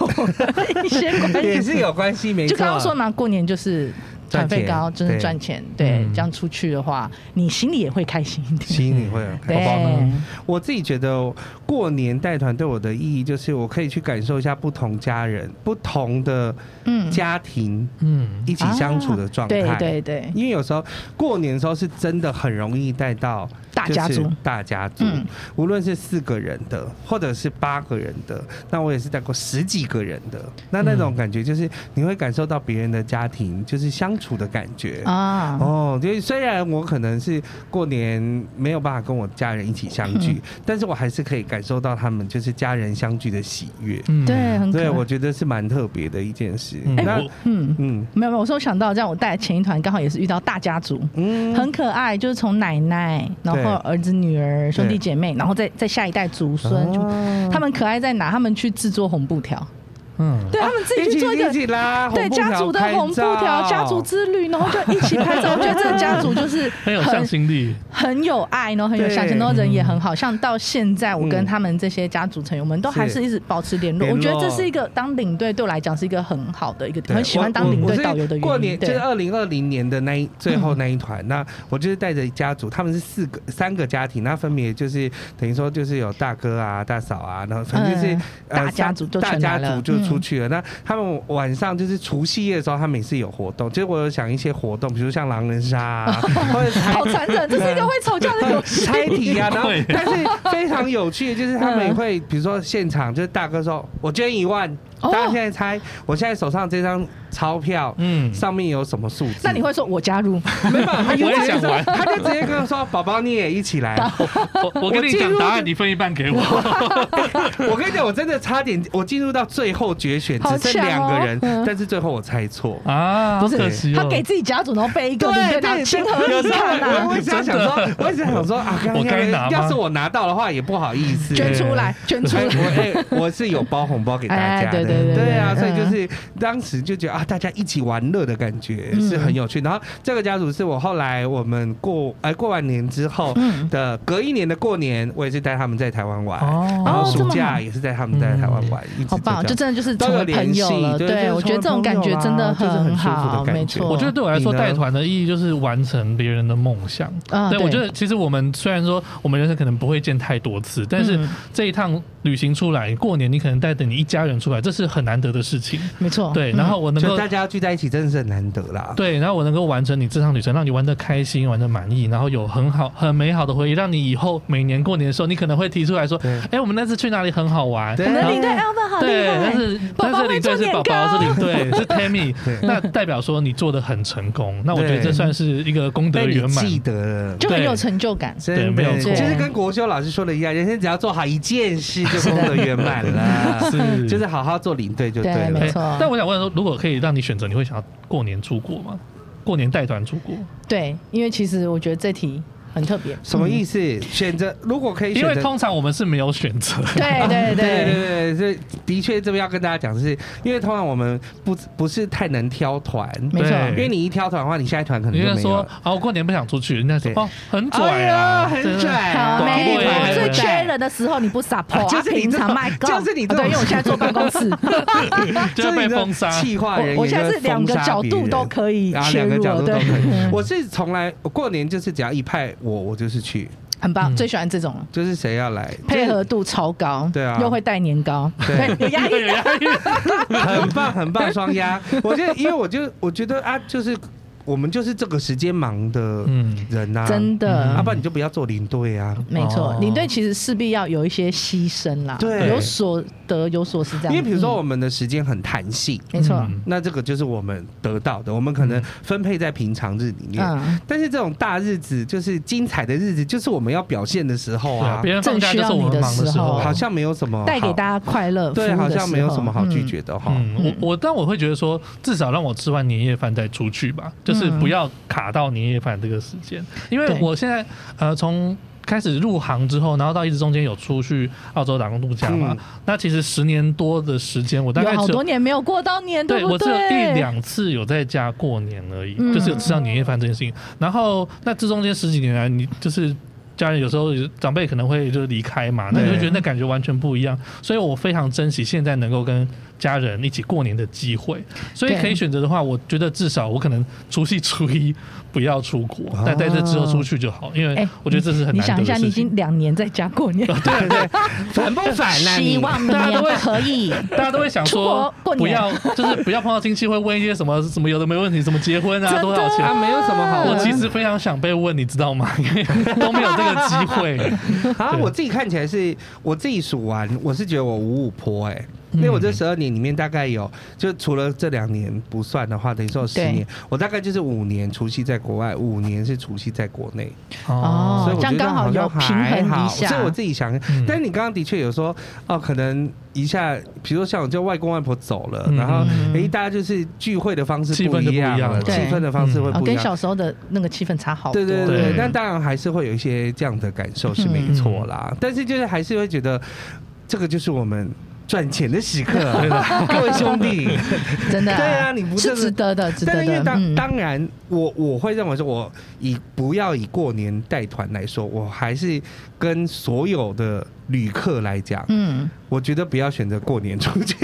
C: 一些关系，
B: 也是有关系，没错。
C: 就刚刚说嘛，过年就是团费高，
B: 赚钱
C: 就是赚钱，对，
A: 嗯
C: 这样出去的话，你心里也会开心一点。
B: 心里会有
C: 对
B: 开包呢。我自己觉得过年带团对我的意义就是，我可以去感受一下不同家人、不同的
C: 嗯，
B: 家庭
A: 嗯，
B: 一起相处的状态。
C: 啊对对对，
B: 因为有时候过年的时候是真的很容易带到
C: 大家族
B: 就是大家族，
C: 嗯
B: 无论是四个人的，或者是八个人的，那我也是带过十几个人的，那那种感觉就是你会感受到别人的家庭就是相处的感觉。
C: 啊，
B: 哦，就是虽然我可能是过年没有办法跟我家人一起相聚，
C: 嗯
B: 但是我还是可以感受到他们就是家人相聚的喜悦。
A: 嗯
C: 对，，很可
B: 对，
C: 爱
B: 我。觉得是蛮特别的一件事。
A: 嗯
B: 那
A: 我
C: 嗯，
B: 嗯
C: 没有没有，我说想到这样，我带的前一团刚好也是遇到大家族。
B: 嗯
C: 很可爱，就是从奶奶，然
B: 对
C: 后儿子、女儿、兄
B: 对
C: 弟姐妹，然后再再下一代祖孙，就
B: 哦啊
C: 他们可爱在哪？他们去制作红布条，
A: 嗯，
C: 对他们自己去做一个
B: 一起啦，
C: 对家族的红布条、家族之旅，然后就一起拍 照。我觉得这个家族就是
A: 很有向心 力，
C: 很有爱，然后很有相信，
B: 对
C: 然后人也很好。像到现在，我跟
B: 嗯
C: 他们这些家族成员们都
B: 是
C: 还是一直保持联络。
B: 联
C: 我觉得
B: 络
C: 这是一个当领队对我来讲是一个很好的一个，很喜欢当领队导游的
B: 过
C: 原因。
B: 年就是
C: 对，嗯
B: 二零二零年的那一最后那一团，那我就是带着家族，他们是四个三个家庭，那分别就是等于说就是有大哥啊、大嫂啊，然后反正就是、
C: 嗯
B: 呃
C: 大家族就
B: 大
C: 全
B: 家
C: 来了嗯
B: 族就出去了。那他们晚上就是除夕夜的时候，他们也是有活动。其实我有想一些活动，比如像狼人杀、 啊，或者猜
C: 好残忍，这是一个会吵架的 游戏。
B: 猜题 啊，然后
A: 对
B: 但是非常有趣，就是他们
C: 嗯
B: 也会，比如说现场就是大哥说，我捐一万，
C: 哦
B: 大家现在猜，我现在手上这张钞票，
A: 嗯
B: 嗯，上面有什么数字？
C: 那你会说我加入？
B: 没办 法，他就
A: 我也想玩
B: 他就直接跟我说，宝宝你也一起来。
A: 我我跟你讲答案，你分一半给我，
B: 我跟你讲，我真的差点，我进入到最后决选，
C: 好
B: 只剩两个人
C: 强哦嗯，
B: 但是最后我猜错。
A: 啊，好可惜
C: 他
A: 哦，
C: 给自己家族，然后背一个领队，然后亲和
B: 有
C: 力
B: 时候
C: 看啊
B: 我，我一直在想说
A: 真，
B: 我一直在想说啊，刚
A: 我该拿吗
B: 刚要是我拿到的话，也不好意思。
C: 捐出来，捐 出
B: 所以
C: 来。
B: 我哎、我是有包红包给大家的，
C: 哎对对对对
B: 啊，
C: 嗯
B: 所以就是当时就觉得啊，大家一起玩乐的感觉是很有趣。然后这个家族是我后来我们过哎、过完年之后
C: 嗯
B: 的隔一年的过年，我也是带他们在台湾玩，
A: 哦
B: 然后
C: 哦这
B: 暑
C: 么好
B: 假也是带他们在台湾玩，一直
C: 好棒，
B: 这
C: 就
B: 样
C: 真的就是
B: 都
C: 成
B: 有
C: 为朋友
B: 联系
C: 了。
B: 对就是
C: 我觉得这
B: 成为
C: 种感
B: 朋
C: 觉
B: 友
C: 真
B: 啦就是很
C: 很
B: 舒服的
C: 好，
B: 感
C: 没
B: 觉
C: 错。
A: 我觉得对我来说，
B: 你呢
A: 带团的意义就是完成别人的梦想。
C: 啊
A: 对，
C: 对
A: 我觉得其实我们虽然说我们人生可能不会见太多次，但是
C: 嗯
A: 这一趟旅行出来，过年你可能带着你一家人出来，这是很难得的事情。
C: 没错。
A: 对，
C: 嗯
A: 然后我能
B: 所以
A: 够
B: 大家要聚在一起真的是很难得啦。
A: 对，然后我能够完成你这趟旅程，让你玩的开心，玩的满意，然后有很好、很美好的回忆，让你以后每年过年的时候，你可能会提出来说
B: 对：“
A: 哎，我们那次去哪里很好玩。”
B: 对
C: 我
A: 然
C: 们的
A: 后
C: 领队 Alvin 好
A: 对，
C: 厉
A: 但
C: 害，
A: 是
C: 宝
A: 但
C: 宝
A: 是
C: 会
A: 领
C: 做
A: 队是
C: 年
A: 宝
C: 糕，
A: 宝是领队 是 Tammy，
B: 对
A: 那代表说你做的很成功，那我觉得
B: 对
A: 这算是一个功德
B: 被你
A: 圆满。
B: 记得了。
C: 就很
A: 对
C: 有成就感。
A: 对
B: 真
A: 没
B: 的
A: 有，
B: 就
C: 错
B: 是跟国修老师说的一样，人生只要做好一件事就功德圆满 了，
A: 是
B: 就是好好做领队就
C: 对
B: 对
C: 没
B: 了
A: 哎。
C: 错
A: 但我想问说，如果可以让你选择，你会想要过年出国吗？过年带团出国？
C: 对，因为其实我觉得这题很特别。
B: 什么意
C: 思？
B: 思？选择如果可以选
A: 因为
B: 择，
A: 通常我们是没有选择。
C: 嗯对
B: 对
C: 对对，
B: 对对，这的确这边要跟大家讲的是，因为通常我们不不是太能挑团，
C: 没错
A: 对
B: 因为你一挑团的话，你下一团可能
A: 你
B: 就
A: 跟
B: 没
A: 他
B: 有
A: 说
B: 了。：“
A: 啊，我过年不想出去。”人家说：“
B: 对
A: 哦，很
B: 哎
A: 拽
B: 呀，
A: 啊，
B: 很
A: 真的
B: 拽啊，
C: 好
A: 对
C: 美
A: 对
C: 女，我
A: 对
C: 最缺人的时候你不撒泼啊！
B: 就是你
C: 平
B: 这
C: 常
B: 种
C: 卖告，
B: 就是你这
C: 啊对，
B: 种
C: 因为我现在坐办公 室，
A: 就会被封杀。
B: 气化人员
C: 我我现在是
B: 就会
C: 两
B: 封
C: 个
B: 杀
C: 角
B: 别
C: 度
B: 人
C: 都可以
B: 然后
C: 切
B: 两个
C: 入
B: 角
C: 了，
B: 度都可
C: 对，嗯
B: 以。我是从来我过年就是只要一派我，我就是去，
C: 很棒，
A: 嗯
C: 最喜欢这种了。
B: 就是谁要来
C: 配，合度超高，
B: 对啊
C: 又会带年糕，
B: 对
C: 有压力，
B: 就是很棒很棒双 压。我觉得，因为我就我觉得啊，就是我们就是这个时间忙的
A: 嗯
B: 人呐，
C: 真
B: 啊，
C: 的
B: 不，然你就不要做领队啊。
C: 没错
A: 哦，
C: 领队其实势必要有一些牺牲啦，
B: 对
C: 有所得有所失这样。
B: 因为比如说我
C: 嗯，
B: 们的时间很弹性，
C: 没错，
A: 嗯
B: 那这个就是我们得到的，我们可能分配在平常日里面。
C: 嗯，
B: 但是这种大日子，就是精彩的日子，就是我们要表现的时候
A: 对啊，
B: 啊，
A: 别人放假就是我们忙的
C: 正需
A: 时
C: 要你的时
A: 候，啊
C: 候
B: 好像没有什么
C: 带给
B: 好
C: 大家快乐，
B: 对，
C: 服务
B: 好
C: 的
B: 像没有
C: 时候
B: 什么好拒。
C: 嗯
B: 绝的哈。
A: 嗯，我我但我会觉得说，至少让我吃完年夜饭再出去吧，就是不要卡到年夜饭这个时间，因为
C: 嗯对
A: 我现在呃从。开始入行之后，然后到一直中间有出去澳洲打工度假嘛？
B: 嗯
A: 那其实十年多的时间，我大概
C: 有好
A: 只有
C: 多年没有过到年，
A: 对
C: 不
A: 我只有
C: 对？
A: 一两次有在家过年而已，
C: 嗯
A: 就是有吃到年夜饭这件事情。然后那这中间十几年来，你就是。家人有时候长辈可能会就是离开嘛，那你就
B: 对
A: 觉得那感觉完全不一样，所以我非常珍惜现在能够跟家人一起过年的机会。所以
C: 对
A: 可以选择的话，我觉得至少我可能除夕初一不要出国，
B: 哦
A: 但在这之后出去就好，因为
C: 哎
A: 我觉得这是很
C: 你
A: 难
C: 想
A: 得
C: 一
A: 的
C: 下，你
A: 事
C: 已
A: 情。
C: 经两年在家过 年，
B: 对对，烦不烦啦？你
C: 希望明
A: 大家
C: 年
A: 都会
C: 可以。哦
A: 大家都会想说
C: 出国过，年
A: 不要就是不要碰到亲戚会问一些什么什么有的没问题，什么结婚啊
C: 真的
A: 多少钱
B: 啊，没有什么好
C: 嗯
B: 问。
A: 我其实非常想被问，你知道吗？ 因为都没有这个机会。
B: 啊，
A: 对
B: 我自己看起来是我自己数完，我是觉得我五五坡哎、因为我这十二年里面大概有，就除了这两年不算的话，等于说有十
C: 对
B: 年，我大概就是五年除夕在国外，五年是除夕在国内，
C: 哦
B: 所以我觉
C: 这样
B: 得
C: 刚好
B: 好像
C: 有平衡
B: 还好
C: 一下
B: 所以我自己想，
A: 嗯
B: 但是你刚刚的确有说，哦，可能一下，比如说像我就外公外婆走了，
A: 嗯
B: 然后
C: 嗯
B: 诶，大家就是聚会的方式
A: 气氛
B: 不
A: 就不一
B: 一
A: 样
B: 样
A: 了
B: 了，气
C: 对
B: 氛的方式会
C: 哦，
B: 不一
C: 跟
B: 样。
C: 小时候的那个气氛差好多。
B: 对对
A: 多
B: 对
A: 对，
B: 但当然还是会有一些这样的感受是没错啦，
C: 嗯
B: 但是就是还是会觉得这个就是我们赚钱的时刻，啊 各位兄弟。
C: 真的、
B: 对啊你不
C: 是
B: 这是
C: 值得的，值
B: 但
C: 得
B: 是因为
C: 的。
B: 当、
C: 嗯，
B: 当然，我我会认为说，我以不要以过年带团来说，我还是跟所有的旅客来讲，
C: 嗯，
B: 我觉得不要选择过年出 去。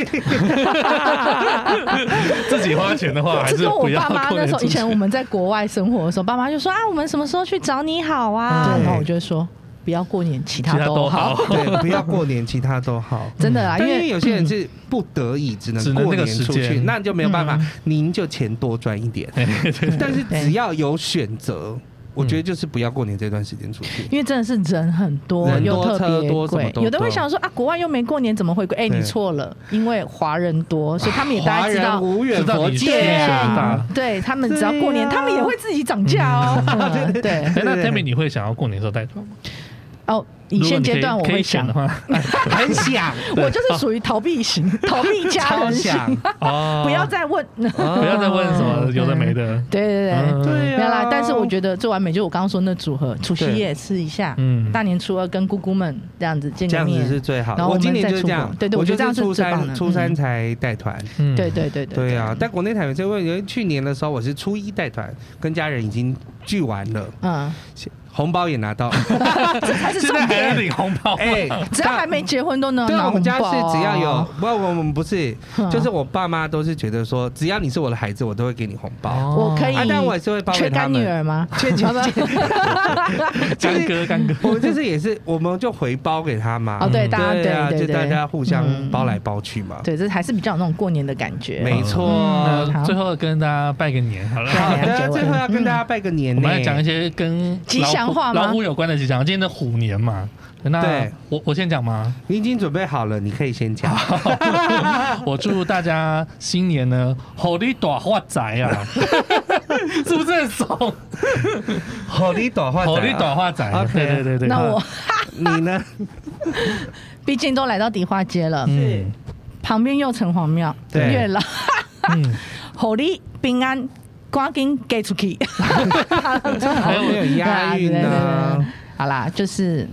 A: 自己花钱的哦话，还
C: 这
A: 是
C: 跟我
A: 不要
C: 爸妈
A: 过
C: 那
A: 年
C: 时
A: 出
C: 候，以
A: 去。
C: 前我们在国外生活的时候，爸妈就说啊，我们什么时候去找你好啊？
B: 对
C: 然后我就会说，不要过年，其
A: 其他都
C: 都
A: 好。
B: 对，不要过年，其他都好。
C: 真的啊，
B: 但因为
C: 为
B: 有些人是不得已只
A: 只
B: 能
A: 能
B: 过
A: 那个
B: 年
A: 时
B: 出
A: 间
B: 去，那你就没有办法
C: 嗯，
B: 您就钱多赚一点。
A: 对对对
B: 但是
C: 对
B: 只要有选择，我
A: 嗯
B: 觉得就是不要过年这段时间出去。
C: 因为真的是人很多，
B: 人
C: 又
B: 多
C: 特
B: 车
C: 别
B: 多什么
C: 贵。
B: 都
C: 有的会
B: 多
C: 想说啊，国外又没过年，怎么会贵？哎、
B: 对
C: 你错了，因为华人多，所以他们也大
B: 华
C: 家知
B: 人
C: 道，
B: 无远
A: 知道
B: 佛
A: 你
B: 界
A: 是
C: 对
A: 选大
C: 啊， 对他们只要过年，
B: 对啊
C: 他们也会自己涨价哦。嗯对，
A: 哎，那
B: 对
A: Tammy，你会想要过年的时候带团吗？
C: 哦，以现阶段
A: 如
C: 我
A: 果你可以可
C: 会
A: 以选
C: 想
A: 的，话，
B: 很想，
C: 我就是属于逃避型，逃避家
B: 超
C: 人型，
B: 想，
A: 哦
C: 不要再问。
A: 不
B: 不
A: 要再问什么有的没的。
C: 对对对，
A: 嗯
B: 对啊，
C: 没有啦，但是我觉得最完美就是我刚刚说那组合，除夕夜吃一下，
A: 嗯
C: 大年初二跟姑姑们这样子见
B: 这
C: 个
B: 样子
C: 面，
B: 是最好。
C: 然后
B: 我
C: 我们
B: 今年
C: 再
B: 就是
C: 出
B: 这
C: 国
B: 样，
C: 对对
B: 我
C: 我觉
B: 就
C: 得这样
B: 是
C: 是
B: 初
C: 最棒
B: 三
C: 的
B: 初三
C: 嗯
B: 才带团。
A: 嗯
C: 对对对对
B: 对啊，但国内台湾这问题，去年的时候我是初一带团，跟家人已经聚完了，
C: 嗯，
B: 红包也拿到。
C: 这才是
A: 现
C: 重
A: 在还在
C: 点。
A: 领红包吗。
B: 哎，
C: 只要还没结婚都能
B: 对啊，
C: 拿
B: 我
C: 红
B: 们
C: 包
B: 家
C: 哦
B: 是只要有，不，我们不是，
C: 嗯
B: 就是我爸妈都是觉得说，只要你是我的孩子，我都会给你红包。
A: 哦
C: 我可以
B: 啊，但我也是会包给
C: 确
B: 他
C: 哎干女
B: 们。
C: 儿吗？
B: 欠钱
C: 好吧
B: 就是
A: 干哥干哥，
B: 我们就是也是，我们就回包给他嘛。
C: 哦，对，大家
B: 对啊，
C: 对
B: 就
C: 对
B: 大
C: 对
B: 家互相
C: 嗯
B: 包来包去嘛。
C: 对，这还是比较有那种过年的感觉。
B: 没错。
C: 嗯
A: 那最后跟大家拜个年好了。
B: 好
C: 对啊
B: 的，最后要跟大家拜个年
A: 我
B: 呢
A: 们来。讲一些跟
C: 吉
A: 老虎
C: 祥话吗
A: 老虎有关的吉祥话。今天的虎年嘛，那
B: 对
A: 我我先讲吗？
B: 你已经准备好了，你可以先讲。
A: 我祝大家新年呢，虎力大发财啊！是不是很怂？
B: 好的，短话。
A: 虎力大发财啊
B: OK
A: 对对对对。
C: 那我
B: 你呢？
C: 毕竟都来到迪化街了，
A: 嗯
C: 旁边又城隍庙、
B: 对
C: 月老，
A: 嗯，
C: 好利平安，赶紧给出去。
B: 还有没有押韵
C: 对啊对对对
B: 呢
C: 对？好啦，就是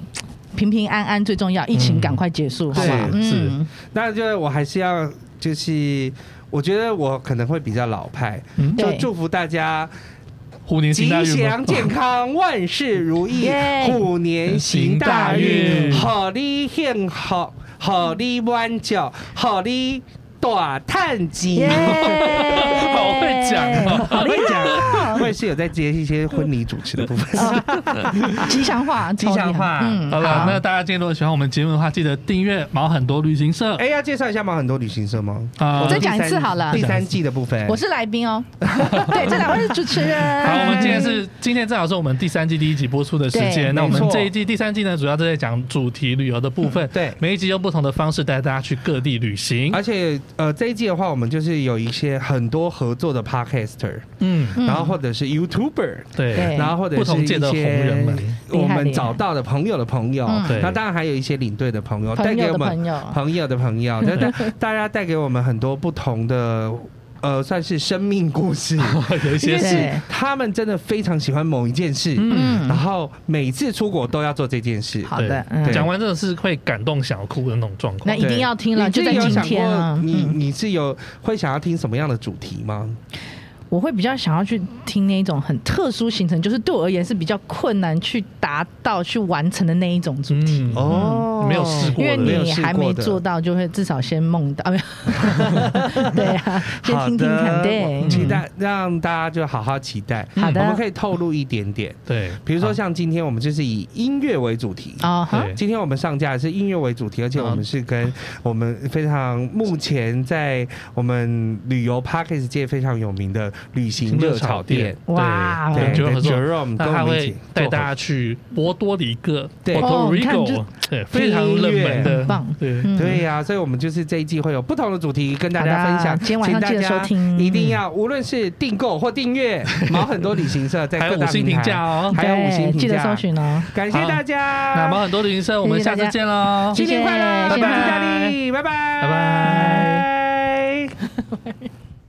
C: 平平安安最重要，疫情赶快结束，好不好？
B: 是
A: 是
C: 嗯，
B: 那就我还是要就是。我觉得我可能会比较老派，
A: 嗯
B: 就
C: 对
B: 祝福大家
A: 虎年行大
B: 吉
A: 运吗
B: 祥健康，万事如意
C: 耶，
B: 虎年行大
A: 行大
B: 运，
A: 运
B: 好利幸好，好利弯脚，好利大探吉。
C: 耶
A: 好会讲哦
B: 我跟你讲，我也是有在接一些婚礼主持的部分。
C: 哦吉祥话，
B: 吉祥话
C: 超厉害嗯，
A: 好了，那
C: 好，
A: 大家今天如果喜欢我们节目的话，记得订阅毛很多旅行社。
B: 哎，要介绍一下吗？很多旅行社吗？
A: 啊
B: 我们
C: 再讲一次
B: 第三
C: 好了
B: 第三季的部分，
C: 我是来宾 哦，对，这两位是主持人。
A: 好，我们今天是今天正好是我们第三季第一集播出的时
C: 对
A: 间。那我们
B: 没错
A: 这一季第三季呢，主要都在讲主题旅游的部分。
B: 对
A: 每一集用不同的方式带大家去各地旅行。
B: 而且呃，这一季的话，我们就是有一些很多合作的 podcaster，、
A: 嗯，
C: 嗯
B: 然后或者是 YouTuber，
A: 对
C: 对，
B: 然后或者是
A: 不同界的
B: 一些
A: 红人们
B: 我
C: 厉害
B: 们
C: 厉害
B: 找到的朋友的朋友
C: 嗯，
A: 对
B: 那当然还有一些领队的朋友，带
C: 朋
B: 给我
C: 友的
B: 们
C: 朋友，
B: 朋友的朋 友，真的大家带给我们很多不同的。呃，算是生命 故事，
A: 有一些
B: 因为
A: 是
B: 是
C: 对
B: 他们真的非常喜欢某一件事，
A: 嗯
B: 然后每次出国都要做这件事。
C: 好
A: 对
C: 的，嗯，
A: 讲完真的是会感动想哭的那种状
C: 那
A: 况。
C: 一定要听了，
B: 你
C: 就
B: 自
C: 在
B: 己有
C: 今
B: 想
C: 天
B: 过
C: 啊。
B: 你
C: 嗯
B: 你是有会想要听什么样的主题吗？
C: 我会比较想要去听那一种很特殊行程，就是对我而言是比较困难去达到、去完成的那一种主题。
A: 嗯，
B: 哦
A: 没有试过
C: 因
A: 的
C: 为
A: 没有
C: 你还没做到，就会至少先梦 到，啊没有对啊，先
B: 好
C: 听听看，
B: 的，
C: 对嗯
B: 我，期待让大家就好好期待。
A: 嗯
C: 好
B: 我们
C: 的
B: 可，以透露一点点，
A: 对，
B: 比如说像今天我们就是以音乐为主题。
C: 哦哈，
A: 对
B: 今天我们上架的是音乐为主题，而且我们是跟我们非常目前在我们旅游 p a c k a g e 界非常有名的旅行热炒店，
C: 哇哦
A: 对，
B: 对
A: 就合作。
B: ，Jerome
A: 那
B: 跟
A: 他
B: 我们一
A: 会
B: 起
A: 带
B: 做
A: 大家去波多黎各
B: 对
A: ，Puerto
C: 哦你看
A: Rico，
C: 就
A: 对，非常冷门的，
C: 很棒
A: 对，
C: 嗯
B: 对呀、所以我们就是这一季会有不同的主题跟大
C: 好
B: 家
C: 的
B: 分享，
C: 今天晚上
B: 请大
C: 记得
B: 家
C: 收听
B: 一定要无论是订购或订阅，毛很多旅行社在
A: 还有
B: 各
A: 五
B: 大
A: 星
B: 平
A: 评
B: 台
A: 价，哦。
B: 还有五星
C: 对
B: 评
C: 记得
B: 价
C: 搜寻哦，
B: 感谢
A: 好
B: 大家，
A: 那毛很多旅行社，我们
C: 谢谢
A: 下
C: 大家
A: 次见喽，
B: 新年快乐，
C: 谢
B: 拜
C: 谢
B: 拜，
A: 拜
B: 意大
A: 拜
B: 利，拜拜，拜
A: 拜
B: 拜。